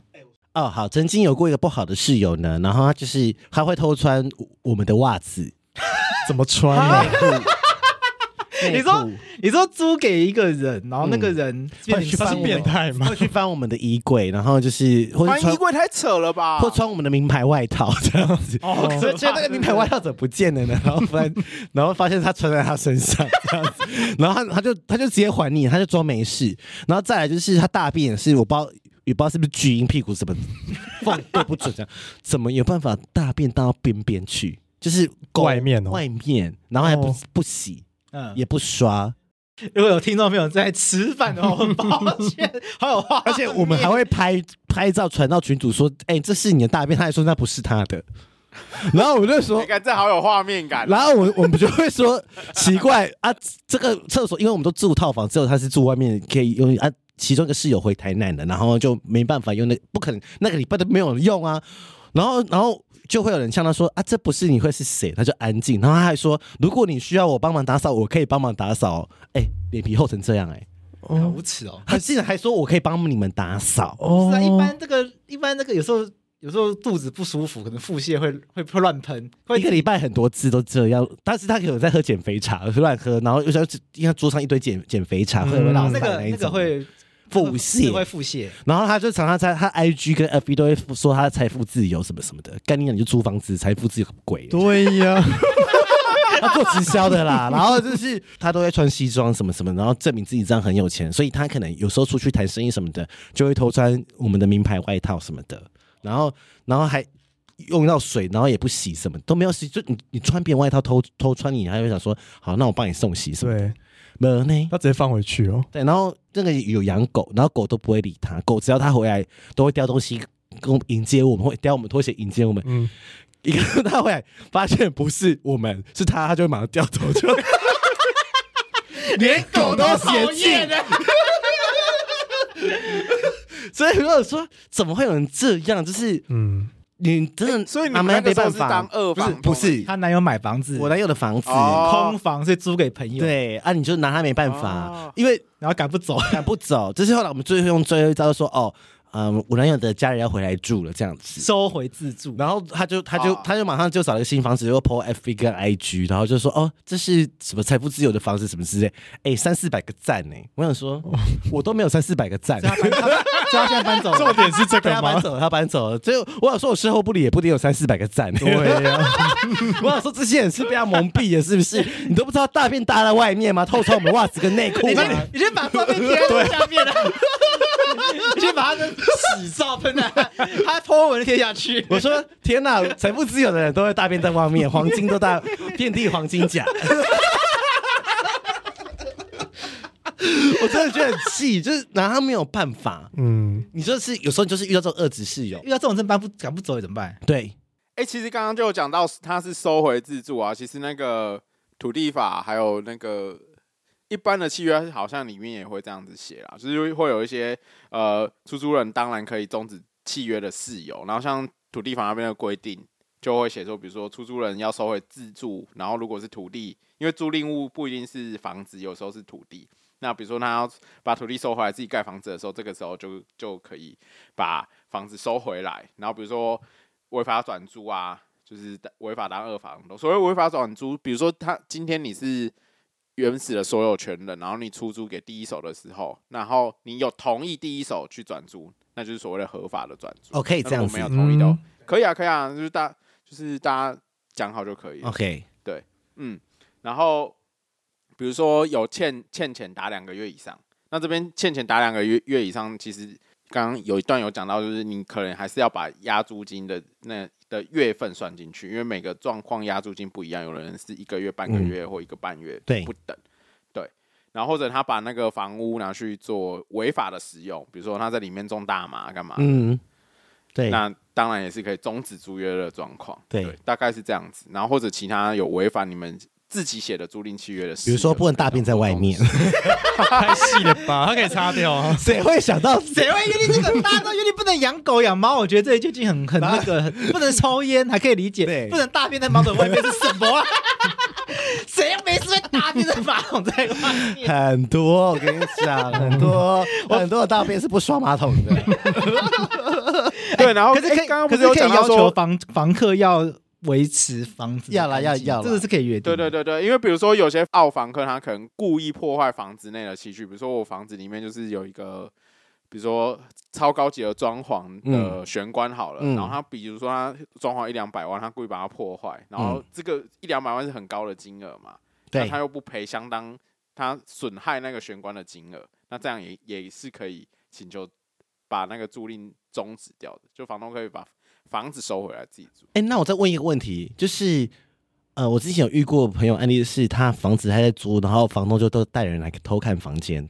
Speaker 5: 哦，好，曾经有过一个不好的室友呢，然后他就是他会偷穿我我们的袜子、
Speaker 2: 怎么穿啊？
Speaker 1: 你说你说租给一个人，然后那个人变
Speaker 2: 他
Speaker 1: 成
Speaker 2: 是他是
Speaker 1: 商
Speaker 2: 变
Speaker 1: 人，
Speaker 2: 态吗
Speaker 5: 会？去翻我们的衣柜，然后就是或者
Speaker 4: 翻
Speaker 5: 穿
Speaker 4: 衣柜太扯了吧？
Speaker 5: 或穿我们的名牌外套这样子。
Speaker 1: 哦，
Speaker 5: 所以所以那个名牌外套怎么不见了呢？然后发现， 然后发现他穿在他身上这样子，然后他他就他就直接还你，他就装没事。然后再来就是他大便是我不知道也不知道是不是巨婴屁股什么缝对不准这样，怎么有办法大便到边边去？就是狗
Speaker 2: 外面哦
Speaker 5: 外面，然后还不、
Speaker 2: 哦
Speaker 5: 不洗
Speaker 1: 嗯，
Speaker 5: 也不刷，
Speaker 1: 如果有听众朋友在吃饭的话，我很抱歉，好有话，
Speaker 5: 而且我们还会拍拍照传到群主说：“哎、这是你的大便。”他还说那不是他的。然后我就说
Speaker 4: 你，看这好有画面感。啊
Speaker 5: 然后我我们就会说奇怪啊，这个厕所，因为我们都住套房，只有他是住外面可以用啊。其中一个室友回台南了，然后就没办法用那不可能那个礼拜都没有人用啊。然后然后就会有人向他说啊，这不是你会是谁？他就安静，然后他还说，如果你需要我帮忙打扫，我可以帮忙打扫。哎、脸皮厚成这样哎、
Speaker 1: 好无耻哦。
Speaker 5: 他竟然还说我可以帮你们打扫。
Speaker 1: 是啊，一
Speaker 2: 哦，
Speaker 1: 般这个一般这个有时候有时候肚子不舒服，可能腹泻会会会乱喷，会
Speaker 5: 一个礼拜很多次都这样，但是他可能在喝减肥茶，乱喝，然后又想因为他桌上一堆减减肥茶，会有
Speaker 2: 嗯
Speaker 1: 然
Speaker 5: 老
Speaker 1: 后
Speaker 5: 那
Speaker 1: 那个
Speaker 5: 那一
Speaker 1: 那个
Speaker 5: 种
Speaker 1: 会
Speaker 5: 腹
Speaker 1: 是会
Speaker 5: 泻，
Speaker 1: 腹泻。
Speaker 5: 然后他就常常在他 IG 跟 FB 都会说他财富自由什么什么的，概念你就租房子财富自由很贵，
Speaker 2: 对啊呀，
Speaker 5: 他做直销的啦，然后就是他都会穿西装什么什么，然后证明自己这样很有钱，所以他可能有时候出去谈生意什么的，就会偷穿我们的名牌外套什么的，然后然后还用到水，然后也不洗什么都没有洗，就你你穿别人外套偷偷穿你，还会想说好，那我帮你送洗什么的？
Speaker 2: 对，
Speaker 5: 没有呢，
Speaker 2: 他直接放回去哦。
Speaker 5: 对，然后那个有养狗，然后狗都不会理他，狗只要他回来都会叼东西跟我们迎接我们，会叼我们拖鞋迎接我们。
Speaker 2: 嗯，
Speaker 5: 一个他回来发现不是我们，是他，他就会马上掉头就。 连狗都嫌弃，所以如果说怎么会有人这样，就是
Speaker 2: 嗯，
Speaker 5: 你真的，
Speaker 4: 所以你
Speaker 5: 阿
Speaker 4: 们
Speaker 5: 妹
Speaker 4: 那
Speaker 5: 没
Speaker 4: 个时候
Speaker 5: 办
Speaker 4: 是当
Speaker 5: 法，
Speaker 4: 二
Speaker 5: 不是
Speaker 4: 房，
Speaker 5: 不是
Speaker 1: 她男友买房子，
Speaker 5: 我男友的房子，
Speaker 4: 哦
Speaker 1: 空房是租给朋友，，
Speaker 5: 对啊，你就拿他没办法
Speaker 4: 哦，
Speaker 5: 因为
Speaker 1: 然后赶不走，
Speaker 5: 赶不走。这是后来我们最后用最后一招说，哦，嗯，我男友的家人要回来住了，这样子。
Speaker 1: 收回自住。
Speaker 5: 然后他就他就、
Speaker 4: 啊
Speaker 5: 他就马上就找了一个新房子，又 po FB 跟 IG，然后就说哦，这是什么财富自由的房子什么之类，哎，三四百个赞呢。我想说，我都没有三四百个赞。
Speaker 1: 所以他现在搬走了，
Speaker 2: 重点是这
Speaker 5: 对
Speaker 2: 个
Speaker 5: 他搬
Speaker 2: 吗？
Speaker 5: 走了，他搬走了。所以我想说，我事后不理也不一定有三四百个赞。
Speaker 2: 对呀，
Speaker 5: 我想说，这些人是被他蒙蔽了，是不是？你都不知道大便搭在外面吗？透穿我们袜子跟内裤吗？
Speaker 1: 你先把照片贴在下面了， 你先把他的屎照喷在他 po 文贴下去。
Speaker 5: 我 说天哪，财富自由的人都会大便在外 面，黄金都大遍地黄金甲。 我真的觉得很气，就是拿他没有办法。
Speaker 2: 嗯，
Speaker 5: 你就是有时候你就是遇到这种恶质室友，
Speaker 1: 遇到这种真搬不赶不走也怎么办？
Speaker 5: 对，
Speaker 4: 哎、其实刚刚就有讲到他是收回自住啊，其实那个土地法还有那个一般的契约，好像里面也会这样子写啦，就是会有一些呃出租人当然可以终止契约的事由，然后像土地法那边的规定就会写说，比如说出租人要收回自住，然后如果是土地，因为租赁物不一定是房子，有时候是土地。那比如说他要把土地收回来自己盖房子的时候，这个时候就就可以把房子收回来。然后比如说违法转租啊，就是违法当二房东。所谓违法转租，比如说他今天你是原始的所有权人，然后你出租给第一手的时候，然后你有同意第一手去转租，那就是所谓的合法的转租。
Speaker 5: 哦，可以
Speaker 4: 那
Speaker 5: 这样
Speaker 4: 如果
Speaker 5: 子
Speaker 4: 没有同意的话，
Speaker 2: 嗯
Speaker 4: 可以啊，可以啊，就是大就是大家讲好就可
Speaker 1: 哦
Speaker 4: 以了。
Speaker 5: ，OK，
Speaker 4: 嗯，然后比如说有欠欠钱打两个月以上，那这边欠钱打两个月月以上，其实刚刚有一段有讲到，就是你可能还是要把押租金的那的月份算进去，因为每个状况押租金不一样，有人是一个月、半个月或一个半月
Speaker 5: 对
Speaker 4: 不等，对。然后或者他把那个房屋拿去做违法的使用，比如说他在里面种大麻干嘛的，
Speaker 5: 嗯，对，
Speaker 4: 那当然也是可以终止租约的状况，
Speaker 5: 对
Speaker 4: 大概是这样子。然后或者其他有违反你们自己写的租赁契约的事，
Speaker 5: 比如说不能大便在外面，
Speaker 2: 太细了吧？他可以擦掉啊。
Speaker 5: 谁会想 到
Speaker 1: 谁会约定这个？大家都约定不能养狗养猫，我觉得这里就已经很很那个，很不能抽烟还可以理解
Speaker 5: 对，
Speaker 1: 不能大便在马桶外面 是什么啊？谁没事会大便在马桶在外面？
Speaker 5: 很多？我跟你讲，很 多很多的大便是不刷马桶的。
Speaker 4: 对，然后
Speaker 1: 可是可
Speaker 4: 诶
Speaker 1: 以，
Speaker 4: 哎刚刚
Speaker 1: 可
Speaker 4: 不
Speaker 1: 是
Speaker 4: 有
Speaker 1: 可以
Speaker 4: 讲
Speaker 1: 要
Speaker 4: 到
Speaker 1: 求
Speaker 4: 说，
Speaker 1: 房房客要维持房子的
Speaker 5: 要啦
Speaker 1: 干
Speaker 5: 要
Speaker 1: 净
Speaker 5: 要
Speaker 1: 这个
Speaker 5: 啦
Speaker 1: 是可以约定。
Speaker 4: 对对，对对，因为比如说有些澳房客他可能故意破坏房子内的器具，比如说我房子里面就是有一个，比如说超高级的装潢的玄关好了，
Speaker 5: 嗯
Speaker 4: 然后他比如说他装潢一两百万，他故意把它破坏，然后
Speaker 5: 嗯
Speaker 4: 这个一两百万是很高的金额嘛，那
Speaker 5: 对
Speaker 4: 他，又不赔相当他损害那个玄关的金额，那这样也也是可以请求把那个租赁终止掉的，就房东可以把房子收回来自己住。
Speaker 5: 哎、那我再问一个问题，就是呃，我之前有遇过朋友案例是，他房子还在租，然后房东就都带人来偷看房间，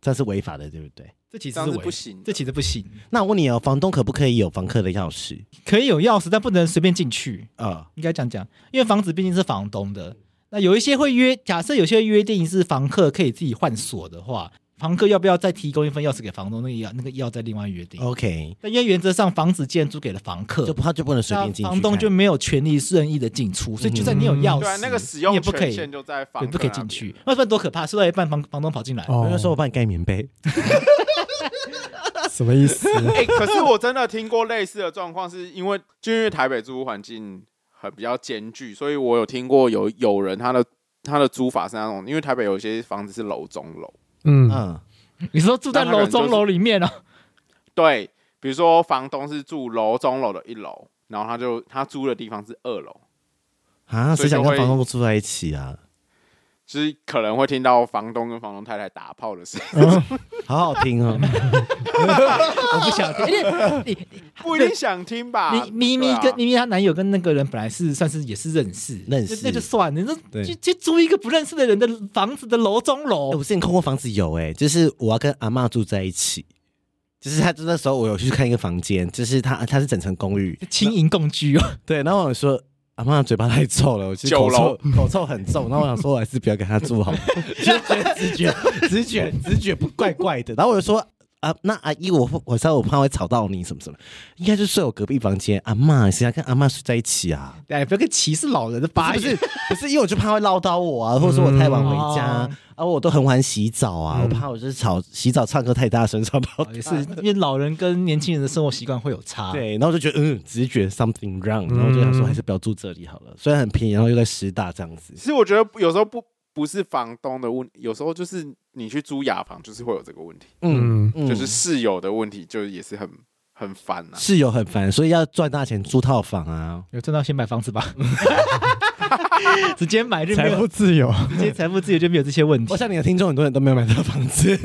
Speaker 5: 这样是违法的，对不对？
Speaker 1: 这其实
Speaker 4: 这样
Speaker 1: 是
Speaker 4: 是
Speaker 1: 违
Speaker 4: 不，行的，
Speaker 1: 这其实不行，
Speaker 5: 那我问你哦，房东可不可以有房客的钥匙？
Speaker 1: 可以有钥匙，但不能随便进去。
Speaker 5: 啊、
Speaker 1: 应该这样讲，因为房子毕竟是房东的。那有一些会约，假设有些约定是房客可以自己换锁的话，房客要不要再提供一份钥匙给房东？那个要那个要再另外约定。
Speaker 5: o k
Speaker 1: 但因为原则上房子既然租给了房客，
Speaker 5: 就他就不能随
Speaker 1: 那
Speaker 5: 便进去看，嗯
Speaker 1: 房东就没有权利任意的进出，所以就算你有钥匙，
Speaker 4: 对啊，那个使
Speaker 1: 你
Speaker 4: 用
Speaker 1: 哦也不可
Speaker 4: 权
Speaker 1: 以，
Speaker 4: 限啊
Speaker 1: 对，
Speaker 4: 就在房
Speaker 1: 不
Speaker 4: 客
Speaker 1: 可以
Speaker 4: 那
Speaker 1: 进
Speaker 4: 边
Speaker 1: 去，要不然多可怕！说到一半，房房东跑进来，
Speaker 5: 我
Speaker 2: 哦
Speaker 5: 就，说我帮你盖棉被，
Speaker 2: 什么意思？
Speaker 4: 哎、可是我真的听过类似的状况，是因为就因为台北租屋环境很比较艰巨，所以我有听过有有人他的他的租法是那种，因为台北有些房子是楼中楼，
Speaker 2: 嗯，
Speaker 5: 嗯，
Speaker 1: 你说住在
Speaker 4: 那他可
Speaker 1: 楼
Speaker 4: 能就是
Speaker 1: 中楼里面 哦，
Speaker 4: 对，比如说房东是住楼中楼的一楼，然后他就他租的地方是二楼，
Speaker 5: 啊，
Speaker 4: 所以
Speaker 5: 谁想
Speaker 4: 就
Speaker 5: 跟
Speaker 4: 会
Speaker 5: 房东住在一起啊？
Speaker 4: 就是可能会听到房东跟房东太太打炮的 声音，
Speaker 5: 好好听哦，
Speaker 1: 我不 想听，因为你
Speaker 4: 不一定想听吧？
Speaker 1: 你咪咪
Speaker 4: 对
Speaker 1: 跟
Speaker 4: 啊
Speaker 1: 咪咪她男友跟那个人本来是算是也是认识，
Speaker 5: 认识
Speaker 1: 那那就算了，那
Speaker 5: 对
Speaker 1: 就就租一个不认识的人的房子的楼中
Speaker 5: 哎
Speaker 1: 楼
Speaker 5: 我，之前空过房子有哎、就是我要跟阿嬷住在一起，就是他那时候我有去看一个房间，就是他他是整层公寓，
Speaker 1: 轻盈共居哦，
Speaker 5: 对，然后我说阿嬷嘴巴太臭了，我就是口
Speaker 4: 酒楼
Speaker 5: 臭口臭很重，然后我想说我还是不要跟他住好了，就觉得直觉直觉直觉不怪怪的，然后我就说。啊，那阿姨，我我知道我怕会吵到你什么什么，应该就睡我隔壁房间。阿嬷，谁想跟阿嬷睡在一起啊？
Speaker 1: 哎，不要跟歧视老人的
Speaker 4: 哎
Speaker 1: 发
Speaker 5: 不是
Speaker 1: 言，
Speaker 5: 不是，因为我就怕会唠叨我啊，或者说我太晚回家啊，啊我都很晚洗澡啊，
Speaker 4: 嗯
Speaker 5: 我怕我就是吵洗澡唱歌太大声吵
Speaker 4: 哎
Speaker 5: 到
Speaker 1: 哦也是因为老人跟年轻人的生活习惯会有差，，
Speaker 5: 对，然后就觉得嗯，直觉 something wrong，然后就想
Speaker 4: 嗯
Speaker 5: 说还是不要住这里好了，虽然很便宜，然后又在师大这样子，
Speaker 4: 其实我觉得有时候不不是房东的问，有时候就是你去租雅房，就是会有这个问题，
Speaker 5: 嗯
Speaker 2: 嗯，
Speaker 5: 嗯
Speaker 4: 就是室友的问题，就是也是很很烦啊呐、
Speaker 5: 室友很烦，所以要赚大钱租套房啊。
Speaker 1: 有赚到先买房 子吧，直接买就嗯没
Speaker 2: 财
Speaker 1: 有，
Speaker 2: 富自由，
Speaker 1: 直接财富自由就没有这些问题
Speaker 5: 我，想你的听众很多人都没有买到房 子，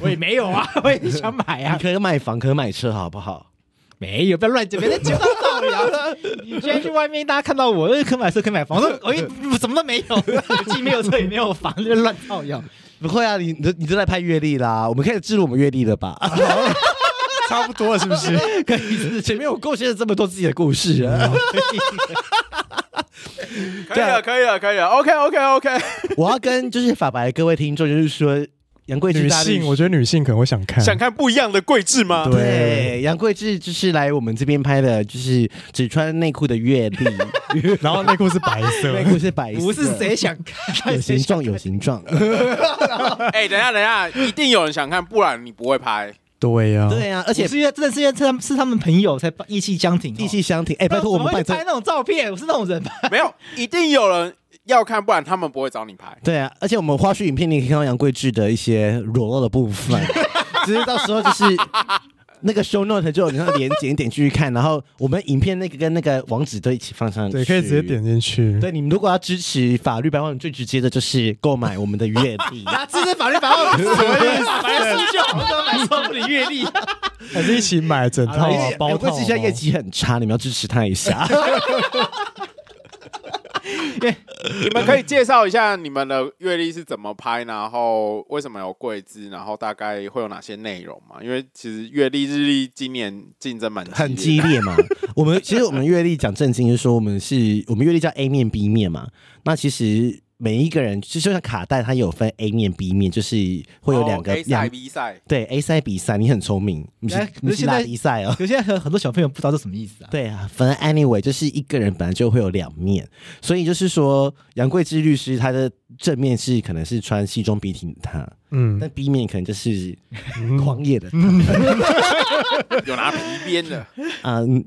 Speaker 1: 我也没有 啊，我也想买
Speaker 5: 你
Speaker 1: 啊，
Speaker 5: 可以买房，可以买车，好不好？
Speaker 1: 没有，不要乱讲，别再讲道理啊，你现在去外面，大家看到我，呃可以买车，可以买房，我 说，哎，我什么都没有，既没有车，也没有房，就乱造谣。
Speaker 5: 不会啊，你你都你都在拍阅历啦，我们开始记录我们阅历了吧？
Speaker 2: 差不多了，是不是？
Speaker 5: 可以是前面我贡献了这么多自己的故 事啊。
Speaker 4: 可以
Speaker 1: 啊
Speaker 4: 了，可以了，可以啊了，OK OK OK。
Speaker 5: 我要跟就是法白的各位听众，就是说杨贵志
Speaker 2: 女
Speaker 5: 大律师
Speaker 2: 性，我觉得女性可能会想看，
Speaker 4: 想看不一样的桂志吗？
Speaker 5: 对杨贵志就是来我们这边拍的，就是只穿内裤的阅 历，
Speaker 2: 然后内裤是白 色
Speaker 5: 内，裤是白色，
Speaker 1: 不哎是谁想 看，
Speaker 5: 有形状有形状，
Speaker 4: 哎、等一下等一下，一定有人想看，不然你不会拍。
Speaker 2: 对呀，
Speaker 5: 对啊，而
Speaker 1: 而
Speaker 5: 且
Speaker 1: 且是因为真的是因为是他们是他们朋友才义气相挺哦，
Speaker 5: 地气相挺。哎，拜托我们
Speaker 1: 怎么会
Speaker 5: 办这
Speaker 1: 拍，那种照片，我是那种人 吧？
Speaker 4: 没有，一定有人要看，不然他们不会找你拍。
Speaker 5: 对啊，而且我们花絮影片你可以看到杨贵志的一些裸露的部 分，只是到时候就是。那个 show note 就有你那个连接，你点进去看，然后我们影片那个跟那个网址都一起放上去，
Speaker 2: 对，可以直接点进去。
Speaker 5: 对，你们如果要支持法律白话文，最直接的就是购买我们的阅 历，
Speaker 1: 啊， 这是啊法律白话文，什么意思？反正书就好多买说不理 阅历，
Speaker 2: 还是一起买整套啊，包
Speaker 5: 我
Speaker 2: 套
Speaker 5: 估
Speaker 2: 啊。
Speaker 5: 计现在业绩很差，你们要支持他一下。
Speaker 4: 你们可以介绍一下你们的阅历是怎么拍，然后为什么有桂枝，然后大概会有哪些内容嘛？因为其实阅历日历今年竞争蛮烈的
Speaker 5: 很激烈 嘛。我们其实我们阅历讲正经，就是说我们是我们阅历叫 A 面 B 面嘛。那其实每一个人就就像卡带，它有分 A 面 B 面，就是会有两个、
Speaker 4: 哦 A 赛
Speaker 5: 两
Speaker 4: B 赛，
Speaker 5: 对 A 赛比赛，你很聪明，你
Speaker 1: 哎
Speaker 5: 是
Speaker 1: 可是
Speaker 5: 你是
Speaker 1: 现在
Speaker 5: 拉比赛哦。
Speaker 1: 可是现在很很多小朋友不知道这什么意思啊。
Speaker 5: 对啊，反正 anyway 就是一个人本来就会有两面，所以就是说杨贵枝律师他的正面是可能是穿西装笔挺的他，
Speaker 2: 嗯，
Speaker 5: 但 B 面可能就是狂野的他
Speaker 4: 有拿皮鞭的，
Speaker 5: 嗯，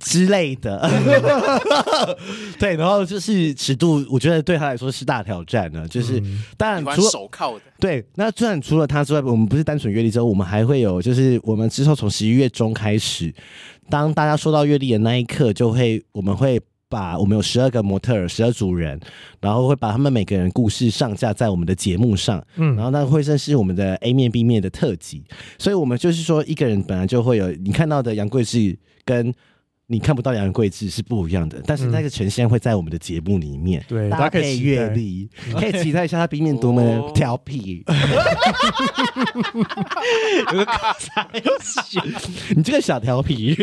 Speaker 5: 之类的。 对，然后就是尺度，我觉得对他来说是大挑战了。就是、当然
Speaker 4: 嗯喜欢
Speaker 5: 除了
Speaker 4: 手 铐的，
Speaker 5: 对，那虽然除了他之外，我们不是单纯阅历之后，我们还会有，就是我们之后从十一月中开始，当大家收到阅历的那一刻，就会我们会把我们有十二个模特儿，十二组人，然后会把他们每个人故事上架在我们的节目上，
Speaker 2: 嗯
Speaker 5: 然后那会是我们的 A 面 B 面的特辑，所以我们就是说，一个人本来就会有你看到的杨贵志跟。你看不到杨贵志是不一样的，但是那个呈现会在我们的节目里面，
Speaker 2: 嗯对大
Speaker 5: 搭
Speaker 2: 家可以
Speaker 5: 配
Speaker 2: 期
Speaker 5: 阅
Speaker 2: 待
Speaker 5: 历，可以期待一下他 B 面多么的
Speaker 4: 哦
Speaker 5: 调皮。你这个小调皮。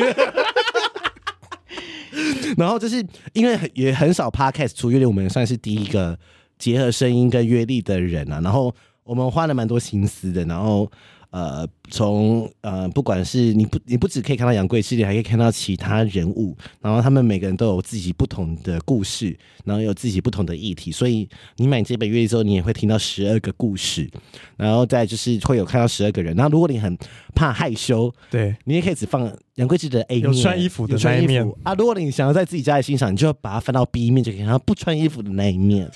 Speaker 5: 然后就是因为很也很少 podcast 出阅历，我们算是第一个结合声音跟阅历的人啊。然后我们花了蛮多心思的，然后呃，从呃，不管是你不你不只可以看到杨贵系列，还可以看到其他人物，然后他们每个人都有自己不同的故事，然后有自己不同的议题，所以你买这本阅历之后，你也会听到十二个故事，然后再就是会有看到十二个人。然后如果你很怕害羞，
Speaker 2: 对，
Speaker 5: 你也可以只放杨贵妃的 A 面，
Speaker 2: 有穿衣服的
Speaker 5: 有穿
Speaker 2: 那一
Speaker 5: 衣服
Speaker 2: 面
Speaker 5: 啊。如果你想要在自己家里欣赏，你就要把它翻到 B 面，就可以看到不穿衣服的那一 面。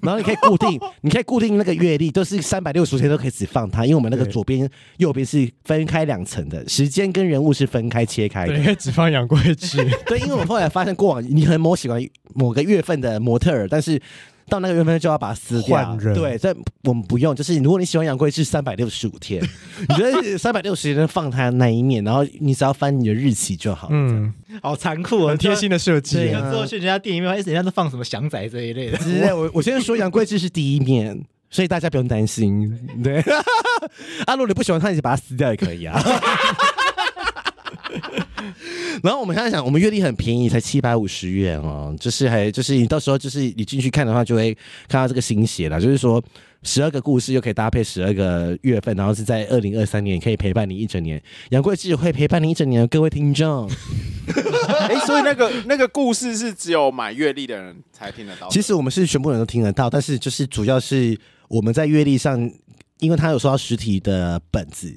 Speaker 5: 然后你可以固定，你可以固定那个阅历，都是三百六十天都可以只放它，因为我们那个
Speaker 2: 对
Speaker 5: 左边、右边是分开两层的，时间跟人物是分开切开的
Speaker 2: 对，。因为只放杨贵 枝，
Speaker 5: 对，因为我后来发现，过往你很某喜欢某个月份的模特儿，但是到那个月份就要把它撕掉。
Speaker 2: 换人
Speaker 5: 对，但我们不用，就是如果你喜欢杨贵是三百六十五天，你觉得三百六十天放它那一面，然后你只要翻你的日期就好。
Speaker 2: 嗯，
Speaker 1: 好残酷哦，
Speaker 2: 很贴心的设计
Speaker 5: 对
Speaker 1: 有
Speaker 5: 啊
Speaker 2: 啊。
Speaker 1: 时候去人家店里面，哎人家都放什么祥仔这一类的，
Speaker 5: 之类，我我先说杨贵志是第一面，所以大家不用担心。对， 啊，如果你不喜欢看，你把它撕掉也可以啊。 然后我们现在想，我们月历很便宜，才七百五十元哦，就是还就是你到时候就是你进去看的话，就会看到这个新鞋了，就是说十二个故事又可以搭配十二个月份，然后是在二零二三年可以陪伴你一整年。杨贵志会陪伴你一整年，哦各位听众。
Speaker 4: 哎、所以那个那个故事是只有买阅历的人才听得到的。
Speaker 5: 其实我们是全部人都听得到，但是就是主要是我们在阅历上，因为他有收到实体的本子，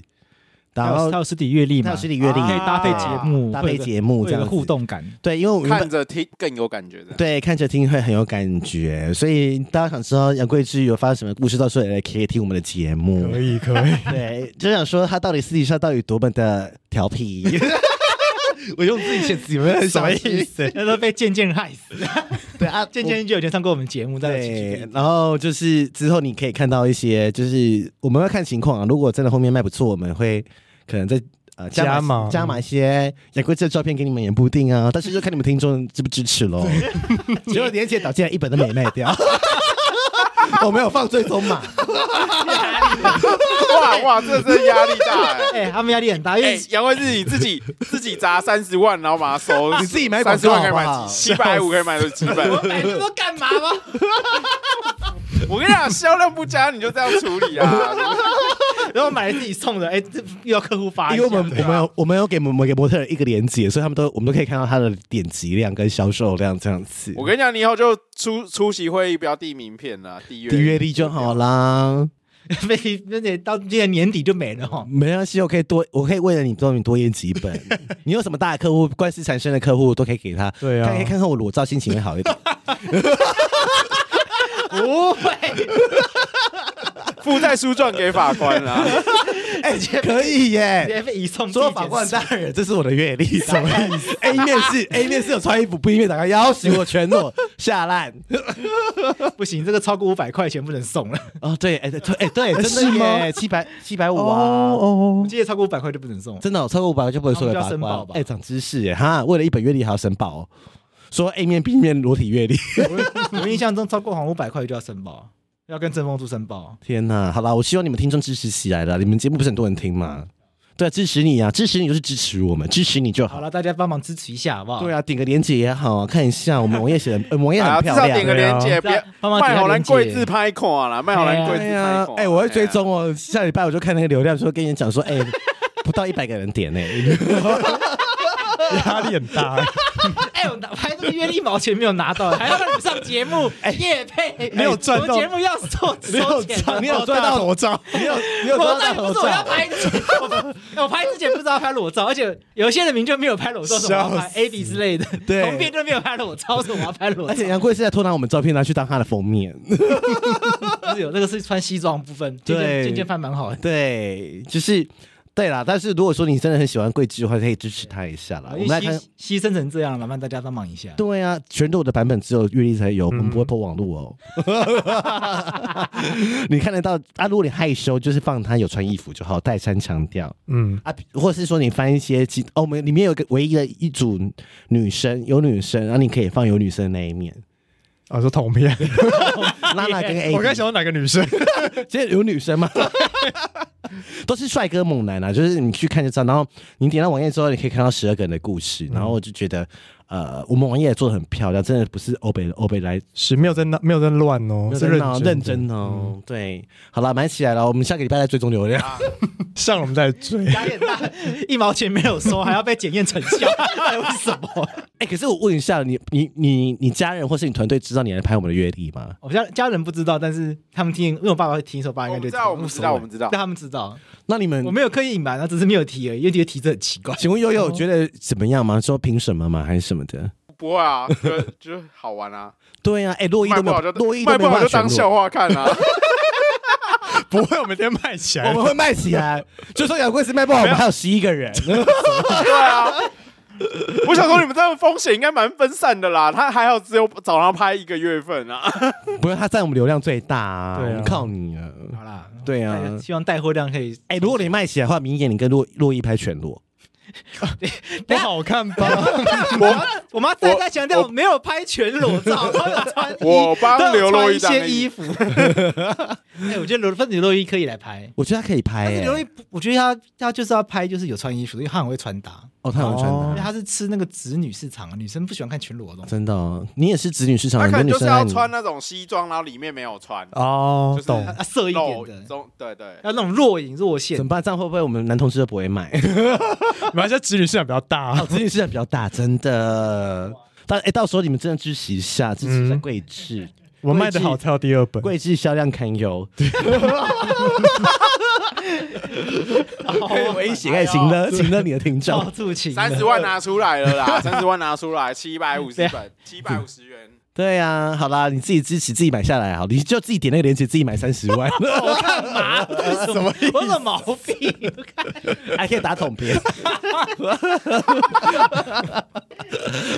Speaker 5: 然
Speaker 1: 他有
Speaker 5: 后
Speaker 1: 他有实体阅历
Speaker 5: 他
Speaker 1: 嘛
Speaker 5: 有，实体阅历、
Speaker 4: 啊
Speaker 1: 可以搭配节目，
Speaker 5: 搭配节目
Speaker 1: 会
Speaker 5: 这
Speaker 1: 有一个
Speaker 5: 样
Speaker 1: 互
Speaker 5: 子。
Speaker 1: 动感。
Speaker 5: 对，因为我们
Speaker 4: 看
Speaker 5: 本
Speaker 4: 着听更有感觉的。
Speaker 5: 对看着听会很有感觉，所以大家想知道杨贵枝有发生什么故事，到时候也可以听我们的节目。
Speaker 2: 可以可以，
Speaker 5: 对，就想说他到底私底下到底多么的调皮。我用自己写词，有没有很
Speaker 1: 什
Speaker 5: 小
Speaker 1: 么
Speaker 5: 意
Speaker 1: 意
Speaker 5: 思？
Speaker 1: 那都被渐渐害死。
Speaker 5: 对啊，
Speaker 1: 渐渐就有人上过我们节目，在
Speaker 5: 对，然后就是之后你可以看到一些，就是我们要看情况啊。如果真的后面卖不错，我们会可能再呃
Speaker 2: 加
Speaker 5: 码
Speaker 2: 码
Speaker 5: 加码一些杨贵妃的照片给你们也不一定啊，但是就看你们听众支不支持 喽。结果连姐导竟然一本都没卖 掉，我没有放最终码，
Speaker 4: 哇哇，这真的压力大 哎、
Speaker 1: 哎，他们压力很大，因
Speaker 4: 哎、
Speaker 1: 为
Speaker 4: 杨贵是你自己自己砸三十万，然后把它收，
Speaker 5: 你自己买广
Speaker 4: 三十
Speaker 5: 告好
Speaker 4: 万可以
Speaker 5: 不
Speaker 4: 买
Speaker 5: 好？
Speaker 4: 七百五，可以买到几本。
Speaker 1: 买这么多干嘛吗？
Speaker 4: 我跟你讲，销量不佳，你就这样处理啊。
Speaker 1: 然后买了自己送的，哎，这遇到客户发一
Speaker 5: 因
Speaker 1: 下，
Speaker 5: 哎为我们我们有我们有给某某个模特儿一个连接，所以他们都我们都可以看到他的点击量跟销售量这样子。
Speaker 4: 我跟你讲，你以后就出出席会议不要递名片了，递阅
Speaker 5: 订阅率就好啦。
Speaker 1: 被那得到今年年底就没了哦哈。
Speaker 5: 没关系，我可以多，我可以为了你多你多验几本。你有什么大的客户，官司缠身的客户，我都可以给他。
Speaker 2: 对啊
Speaker 5: 看可以看看我裸照，心情会好一点。
Speaker 1: 不会，
Speaker 4: 附带书状给法官 啊啦。
Speaker 5: 哎、可以
Speaker 1: 直
Speaker 5: 耶！
Speaker 1: 接被移送
Speaker 5: 说
Speaker 1: 地
Speaker 5: 法
Speaker 1: 检
Speaker 5: 官
Speaker 1: 署
Speaker 5: 大人，这是我的阅历，什么意思？A 面是 A 面是有穿衣服，B 面打开要挟我全裸下烂。
Speaker 1: 不行，这个超过五百块钱不能送了。
Speaker 5: 哦，对，哎、对，哎、对，真
Speaker 2: 是
Speaker 5: 的耶，
Speaker 2: 吗
Speaker 5: 七百七百五
Speaker 2: 哦
Speaker 5: 啊。
Speaker 1: 我
Speaker 2: 哦，
Speaker 1: 记得超过五百块就不能送。
Speaker 5: 真的、哦、超过五百就不能说给
Speaker 1: 他们就要
Speaker 5: 法
Speaker 1: 申
Speaker 5: 官
Speaker 1: 报。吧
Speaker 5: 哎、长知识耶！哈，为了一本阅历还要申报、哦，说 A 面 B 面裸体阅历。
Speaker 1: 我印象中超过好像五百块就要申报，要跟正风处申报。
Speaker 5: 天呐，好啦，我希望你们听众支持起来了。你们节目不是很多人听吗？对啊，支持你啊，支持你就是支持我们，支持你就
Speaker 1: 好
Speaker 5: 好。
Speaker 1: 了，大家帮忙支持一下好不好？
Speaker 5: 对啊，点个链接也好啊，看一下我们 网页写的，呃网页
Speaker 4: 啊，
Speaker 5: 很
Speaker 4: 至
Speaker 5: 漂
Speaker 4: 少
Speaker 5: 亮
Speaker 4: 点。个链接，
Speaker 1: 对啊
Speaker 4: 别
Speaker 1: 帮忙点
Speaker 4: 卖
Speaker 1: 个
Speaker 4: 好兰
Speaker 1: 链接
Speaker 4: 贵字拍款啦，卖好兰贵字
Speaker 5: 对
Speaker 4: 拍
Speaker 5: 呀，
Speaker 4: 款。
Speaker 5: 哎，我会追踪哦。下礼拜我就看那个流量，说跟你 讲说，哎，不到一百个人点呢。
Speaker 2: 压力很大，
Speaker 3: 哎、我拿我还这个月一毛钱没有拿到，还要让你上节目，叶配
Speaker 2: 哎没有赚到
Speaker 3: 我们节目要收
Speaker 2: 没有
Speaker 3: 收钱的，
Speaker 2: 赚，没有赚到头照，没有没有
Speaker 3: 裸
Speaker 2: 赚
Speaker 3: 照也
Speaker 2: 到
Speaker 3: 不
Speaker 2: 头
Speaker 3: 是我要
Speaker 2: 照。
Speaker 3: 拍的，我我拍之前不知道拍裸照，而且有些人名就没有拍裸照，什么要
Speaker 2: 笑
Speaker 3: 拍 A B 之类的，
Speaker 2: 对
Speaker 3: 同片就没有拍裸照，为什么我要拍裸
Speaker 5: 而
Speaker 3: 照
Speaker 5: 且？杨贵是在偷拿我们照片拿去当他的封面，
Speaker 3: 不是有那个是穿西装的部分，渐
Speaker 5: 对
Speaker 3: 渐渐渐翻蛮好的。
Speaker 5: 对，就是对啦。但是如果说你真的很喜欢桂枝的话，可以支持他一下啦。我
Speaker 1: 因
Speaker 5: 们来
Speaker 1: 为
Speaker 5: 看
Speaker 1: 牺，牺牲成这样，麻烦大家帮忙一下。
Speaker 5: 对啊，全斗的版本只有月历才有，我们不会破网路哦。 你看得到啊？如果你害羞，就是放他有穿衣服就好，再三强调
Speaker 2: 嗯，
Speaker 5: 啊，或者是说你翻一些其哦，我们里面有一个唯一的一组女生，有女生，啊然后你可以放有女生的那一面，
Speaker 2: 啊，说同 片，
Speaker 5: 娜娜跟 A，
Speaker 2: 我刚想到哪个女生？
Speaker 5: 这有女生吗？ 都是帅哥猛男啊，就是你去看就知道。然后你点到网页之后，你可以看到十二个人的故事。然后我就觉得，呃，我们网页也做的很漂亮，真的不是欧北欧北来，
Speaker 2: 是没有在闹，没有在乱
Speaker 5: 没
Speaker 2: 哦，
Speaker 5: 有
Speaker 2: 是
Speaker 5: 在
Speaker 2: 认嗯
Speaker 5: 闹认真哦。对，好了，买起来了，我们下个礼拜再追踪流量。
Speaker 4: 啊
Speaker 2: 上了我们再追。
Speaker 1: 压力很大， 一毛钱没有收，还要被检验成效，到底为什么？
Speaker 5: 哎、可是我问一下，你你你你家人或是你团队知道你来拍我们的月历吗？
Speaker 1: 我家家人不知道，但是他们听，因为我爸爸会听，所以
Speaker 5: 啊
Speaker 1: 我爸应该就
Speaker 4: 我们知道我们知道我们知道
Speaker 1: 但他们知道，
Speaker 5: 那你们
Speaker 1: 我，没有刻意隐瞒，他只是没有提而已，因为觉得提这很奇 怪。
Speaker 5: 请问悠
Speaker 4: 哦
Speaker 5: 悠觉得怎么样吗？说凭什么吗？还是什么的？
Speaker 4: 不会啊，就就好玩啊，
Speaker 5: 对呀、啊，哎、洛伊
Speaker 4: 卖
Speaker 5: 都
Speaker 4: 不
Speaker 5: 没有
Speaker 4: 好就，
Speaker 5: 洛伊都没
Speaker 4: 卖不
Speaker 5: 有
Speaker 4: 好
Speaker 5: 办
Speaker 4: 就
Speaker 5: 法
Speaker 4: 当
Speaker 5: 选
Speaker 4: 笑
Speaker 5: 我
Speaker 4: 话看啊。
Speaker 2: 不会，我们天卖起来
Speaker 5: 我。们会卖起 来。就说杨贵妃卖不好，我们还有十一个人。
Speaker 4: 对啊，我想说你们这样风险应该蛮分散的啦。他还好只有早上拍一个月份啊，
Speaker 5: 嗯不是他占我们流量最大、啊，
Speaker 2: 对啊
Speaker 5: 我们靠你啊！
Speaker 4: 嗯
Speaker 1: 好啦，
Speaker 5: 对啊，
Speaker 1: 那希望带货量可以
Speaker 5: 哎、如果你卖起来的话，明年你跟洛洛伊拍全裸，
Speaker 2: 不好看 吧？
Speaker 1: 我我妈再
Speaker 4: 我
Speaker 1: 再强调，没有拍全裸照，都有 穿衣，
Speaker 4: 我帮
Speaker 1: 都有
Speaker 4: 刘若
Speaker 1: 穿
Speaker 4: 英
Speaker 1: 一
Speaker 4: 当
Speaker 1: 些
Speaker 4: 内
Speaker 1: 衣
Speaker 4: 衣
Speaker 1: 服。 哎，我觉得刘分子刘若英可以来拍，
Speaker 5: 我觉得他可以拍、
Speaker 1: 但是
Speaker 5: 欸。
Speaker 1: 刘若英不，我觉得她她就是要拍，就是有穿衣服，因为她很会穿搭，
Speaker 5: 哦，他有穿搭，
Speaker 1: 因
Speaker 2: 哦
Speaker 1: 为她是吃那个子女市场，女生不喜欢看全裸的东西。
Speaker 5: 真的、哦。你也是子女市场，
Speaker 4: 他
Speaker 5: 很
Speaker 4: 可
Speaker 5: 多
Speaker 4: 能
Speaker 5: 女
Speaker 4: 就是
Speaker 5: 生
Speaker 4: 要
Speaker 5: 爱你。
Speaker 4: 穿那种西装，然后里面没有穿，
Speaker 2: 哦
Speaker 4: 就，是
Speaker 2: 懂
Speaker 1: 啊。啊，色一点
Speaker 4: 露
Speaker 1: 的，
Speaker 4: 中对对。
Speaker 1: 要那种若隐若现
Speaker 5: 怎。么办？这样会不会我们男同事都不会 买？
Speaker 2: 马来西亚子女市场比较大
Speaker 5: 哦，，子女市场比较大，真 的。但哎、到时候你们真的支持一下，支持一下桂 枝，
Speaker 2: 我卖的好才有第二本。
Speaker 5: 桂枝销量堪忧， 威胁爱情了，请了你的听
Speaker 1: 赵
Speaker 5: 众。
Speaker 1: 助勤，
Speaker 4: 三十万拿出来了啦，三十万拿出来，七百五十本，七百五十元。
Speaker 5: 对啊，好啦，你自己支持，自己买下来好，你就自己点那个链接，自己买三十 万。
Speaker 1: 什么？我有什么毛病？
Speaker 5: 还可以打桶 边，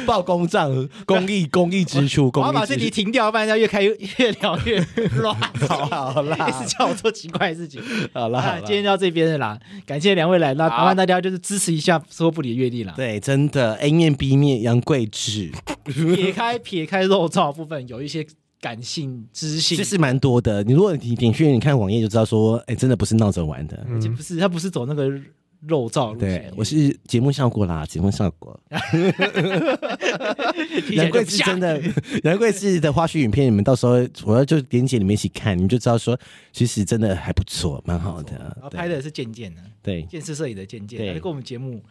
Speaker 5: 报公账，公益公益支出，
Speaker 1: 我
Speaker 5: 公
Speaker 1: 要把
Speaker 5: 益
Speaker 1: 这
Speaker 5: 支
Speaker 1: 题
Speaker 5: 出。
Speaker 1: 停掉，不然要越开越越聊越乱。
Speaker 5: 好啊啦
Speaker 1: 一直叫我做奇怪的事情。
Speaker 5: 好啦，好
Speaker 1: 那
Speaker 5: 啦
Speaker 1: 今天就到这边了啦，感谢两位来，那
Speaker 4: 好
Speaker 1: 麻烦大家就是支持一下说不理的阅历啦。
Speaker 5: 对，真的 A 面 B 面杨贵 枝，
Speaker 1: 撇开撇开肉燥部分，有一些感性知性
Speaker 5: 其，实蛮多的。你如果你点去你看网页就知道说，哎、真的不是闹着玩的。
Speaker 1: 而且不是他不是走那个肉燥路
Speaker 5: 对
Speaker 1: 线，，
Speaker 5: 我是嗯节目效果啦，节目效果。杨贵枝真的， 杨贵枝的花絮影片，你们到时候我要就连接你们一起看，你们就知道说，其实真的还不错，蛮好的
Speaker 1: 然后。
Speaker 5: 对
Speaker 1: 拍的是渐渐的，
Speaker 5: 对，
Speaker 1: 健视摄影的渐渐，
Speaker 5: 对
Speaker 1: 他就跟我们节目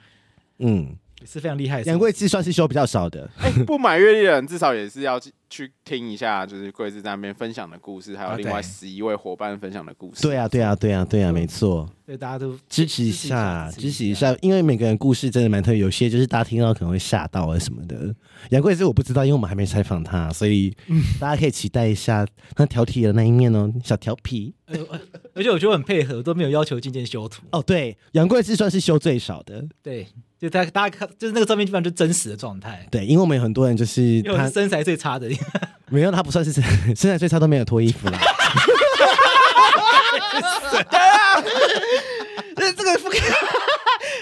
Speaker 5: 嗯，
Speaker 1: 也是非常厉害的。
Speaker 5: 杨贵枝算是修比较少的。
Speaker 4: 哎，不买阅历的人至少也是要去去听一下，就是桂枝在那边分享的故事，还有
Speaker 5: 啊
Speaker 4: 另外
Speaker 5: 对
Speaker 4: 十一位伙伴分享的故事。
Speaker 5: 对啊，对啊，对啊，对啊，没错，
Speaker 1: 对大家都
Speaker 5: 支持一下，支持一
Speaker 1: 下。
Speaker 5: 下，因为每个人故事真的蛮特别，有些就是大家听到可能会吓到啊什么的。杨贵枝我不知道，因为我们还没采访她，所以大家可以期待一下她调皮的那一面哦，小调皮。
Speaker 1: 而且我觉得我很配合，都没有要求渐渐修图。
Speaker 5: 哦，对，杨贵枝算是修最少的，
Speaker 1: 对，就大大家看，就是那个照片基本上就真实的状态。
Speaker 5: 对，因为我们有很多人就是
Speaker 1: 因为我
Speaker 5: 她
Speaker 1: 是身材最差的，
Speaker 5: 没有，她不算是 身材最差都没有脱衣服 啦。
Speaker 1: 这这个不可以，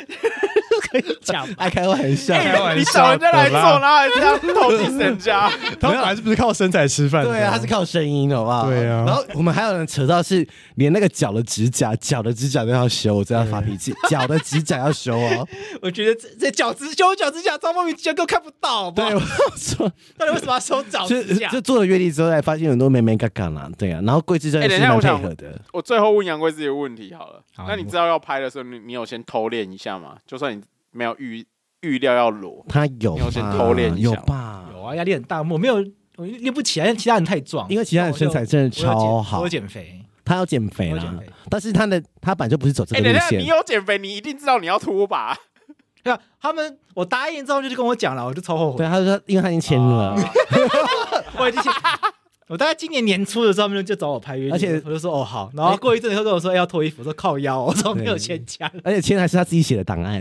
Speaker 1: 不可以讲吧。
Speaker 5: 爱开玩笑，
Speaker 2: 开玩
Speaker 4: 你找人家来做，
Speaker 2: 笑
Speaker 4: 然后还这样投递人家，
Speaker 2: 他们本来是不是靠身材吃饭的？
Speaker 5: 对啊，他是靠声音，好不好？
Speaker 2: 对啊
Speaker 5: 然后我们还有人扯到是连那个脚的指甲，脚的指甲都要修，我真的要发脾 气，脚的指甲要修哦。
Speaker 1: 我觉得这这脚趾修脚趾甲，超莫名其妙，根本看不到，好不
Speaker 5: 对，
Speaker 1: 好
Speaker 5: 我要说，
Speaker 1: 到底为什么要修脚
Speaker 5: 就
Speaker 1: 趾甲
Speaker 5: 就？做了月历之后，才发现很多妹妹嘎嘎啦，对啊。然后桂枝真的
Speaker 4: 哎等
Speaker 5: 是
Speaker 4: 一下
Speaker 5: 蛮
Speaker 4: 我
Speaker 5: 配
Speaker 4: 想
Speaker 5: 合的，
Speaker 4: 我最后问杨贵自己的问题好了。
Speaker 1: 好
Speaker 4: 那你知道要拍的时候，你你有先偷练一下吗？就算你没有预预料要裸？
Speaker 5: 他有
Speaker 4: 你要
Speaker 5: 吧
Speaker 4: 先偷练一下
Speaker 5: 有吧？
Speaker 1: 有啊，压力很大，我没有我练不起来，因为其他人太壮，
Speaker 5: 因为其他人身材
Speaker 1: 我
Speaker 5: 真的
Speaker 1: 有减
Speaker 5: 超好
Speaker 1: 我有，减肥，
Speaker 5: 他要减肥
Speaker 1: 我有
Speaker 5: 啦
Speaker 1: 减肥。
Speaker 5: 但是他的他本来就不是走这
Speaker 4: 哎，
Speaker 5: 个
Speaker 4: 等一
Speaker 5: 路
Speaker 4: 下，你
Speaker 5: 线，
Speaker 4: 有减肥，你一定知道你要秃吧？
Speaker 1: 对啊，他们我答应之后就是跟我讲了，我就超后悔
Speaker 5: 对，，他说因为他已经签了，
Speaker 4: 哦啊
Speaker 1: 我已经签。 我大概今年年初的时候，他们就找我拍约定，
Speaker 5: 而且
Speaker 1: 我就说哦好，然后过一阵子又跟我说、哎要脱衣服，我说靠腰哦，我说没有钱讲，
Speaker 5: 而且签还是他自己写的档案，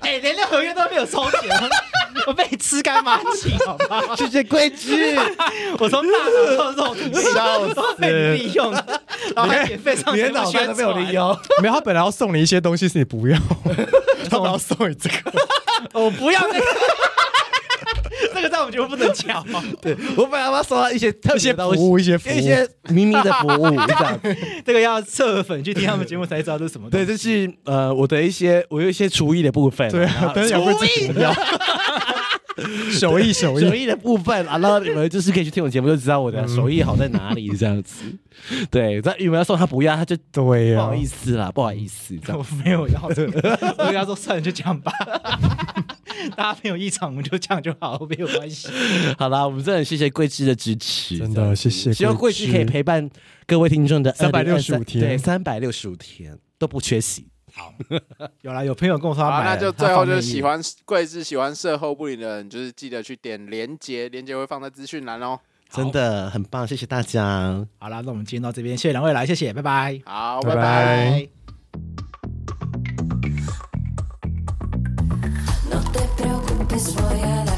Speaker 1: 哎、连那合约都没有收钱，我被你吃干抹净，好吗？
Speaker 5: 谢谢桂枝。
Speaker 1: 我从大脑到肉体，
Speaker 5: 笑死
Speaker 1: 都被你利用，然后还免费上
Speaker 5: 你
Speaker 1: 节
Speaker 5: 的
Speaker 1: 目
Speaker 5: 脑
Speaker 1: 宣
Speaker 5: 袋
Speaker 1: 传
Speaker 5: 都被我利用，
Speaker 2: 没有，他本来要送你一些东西，是 你不要，他本来要送你这个，
Speaker 1: 我不要那个， 这个在我们节目不能讲哦。
Speaker 5: 对 我本来要送他一些特
Speaker 2: 一些
Speaker 5: 别的东西
Speaker 2: 服务，一些服务，
Speaker 5: 一些咪咪的服务，这样
Speaker 1: 这个要侧粉去听他们节目才知道这是什么东
Speaker 5: 对，
Speaker 1: 西。
Speaker 5: 这是呃我的一些我有一些厨艺的部分，
Speaker 2: 对 啊，但是有
Speaker 5: 厨艺
Speaker 2: 手艺 手
Speaker 5: 手
Speaker 2: 艺，
Speaker 5: 艺的部分啊，然后你们就是可以去听我节目就知道我
Speaker 2: 嗯
Speaker 5: 的手艺好在哪里这样 子。对，但羽毛要送他不要，他就
Speaker 2: 对
Speaker 5: 不
Speaker 2: 啊呀、
Speaker 5: 好意思啦，不好意思 这样
Speaker 1: 我。没有要这个，我跟他说算了，就这样吧。 大家没有异常，我们就这样就好，没有关系。
Speaker 5: 好啦，我们真的很谢谢桂枝的支持，
Speaker 2: 真
Speaker 5: 这样
Speaker 2: 的谢谢，
Speaker 5: 希望桂枝可以。陪伴各位听众的
Speaker 2: 365天
Speaker 5: 对，三百六十五天都不缺席。
Speaker 1: 有啦，有朋友跟我说他
Speaker 4: 好，
Speaker 1: 买了，
Speaker 4: 那就
Speaker 1: 他
Speaker 4: 最后
Speaker 1: 放
Speaker 4: 就
Speaker 1: 愿
Speaker 4: 是
Speaker 1: 意
Speaker 4: 喜欢贵是喜欢售后不理的人，就是记得去点连接，连接会放在资讯栏哦。
Speaker 5: 真的很棒，谢谢大家。
Speaker 1: 好啦，那我们今天到这边，谢谢两位来，谢谢，拜拜。
Speaker 4: 好，
Speaker 2: 拜
Speaker 4: 拜
Speaker 2: 拜
Speaker 4: 拜
Speaker 6: No te preocupes, voy a dar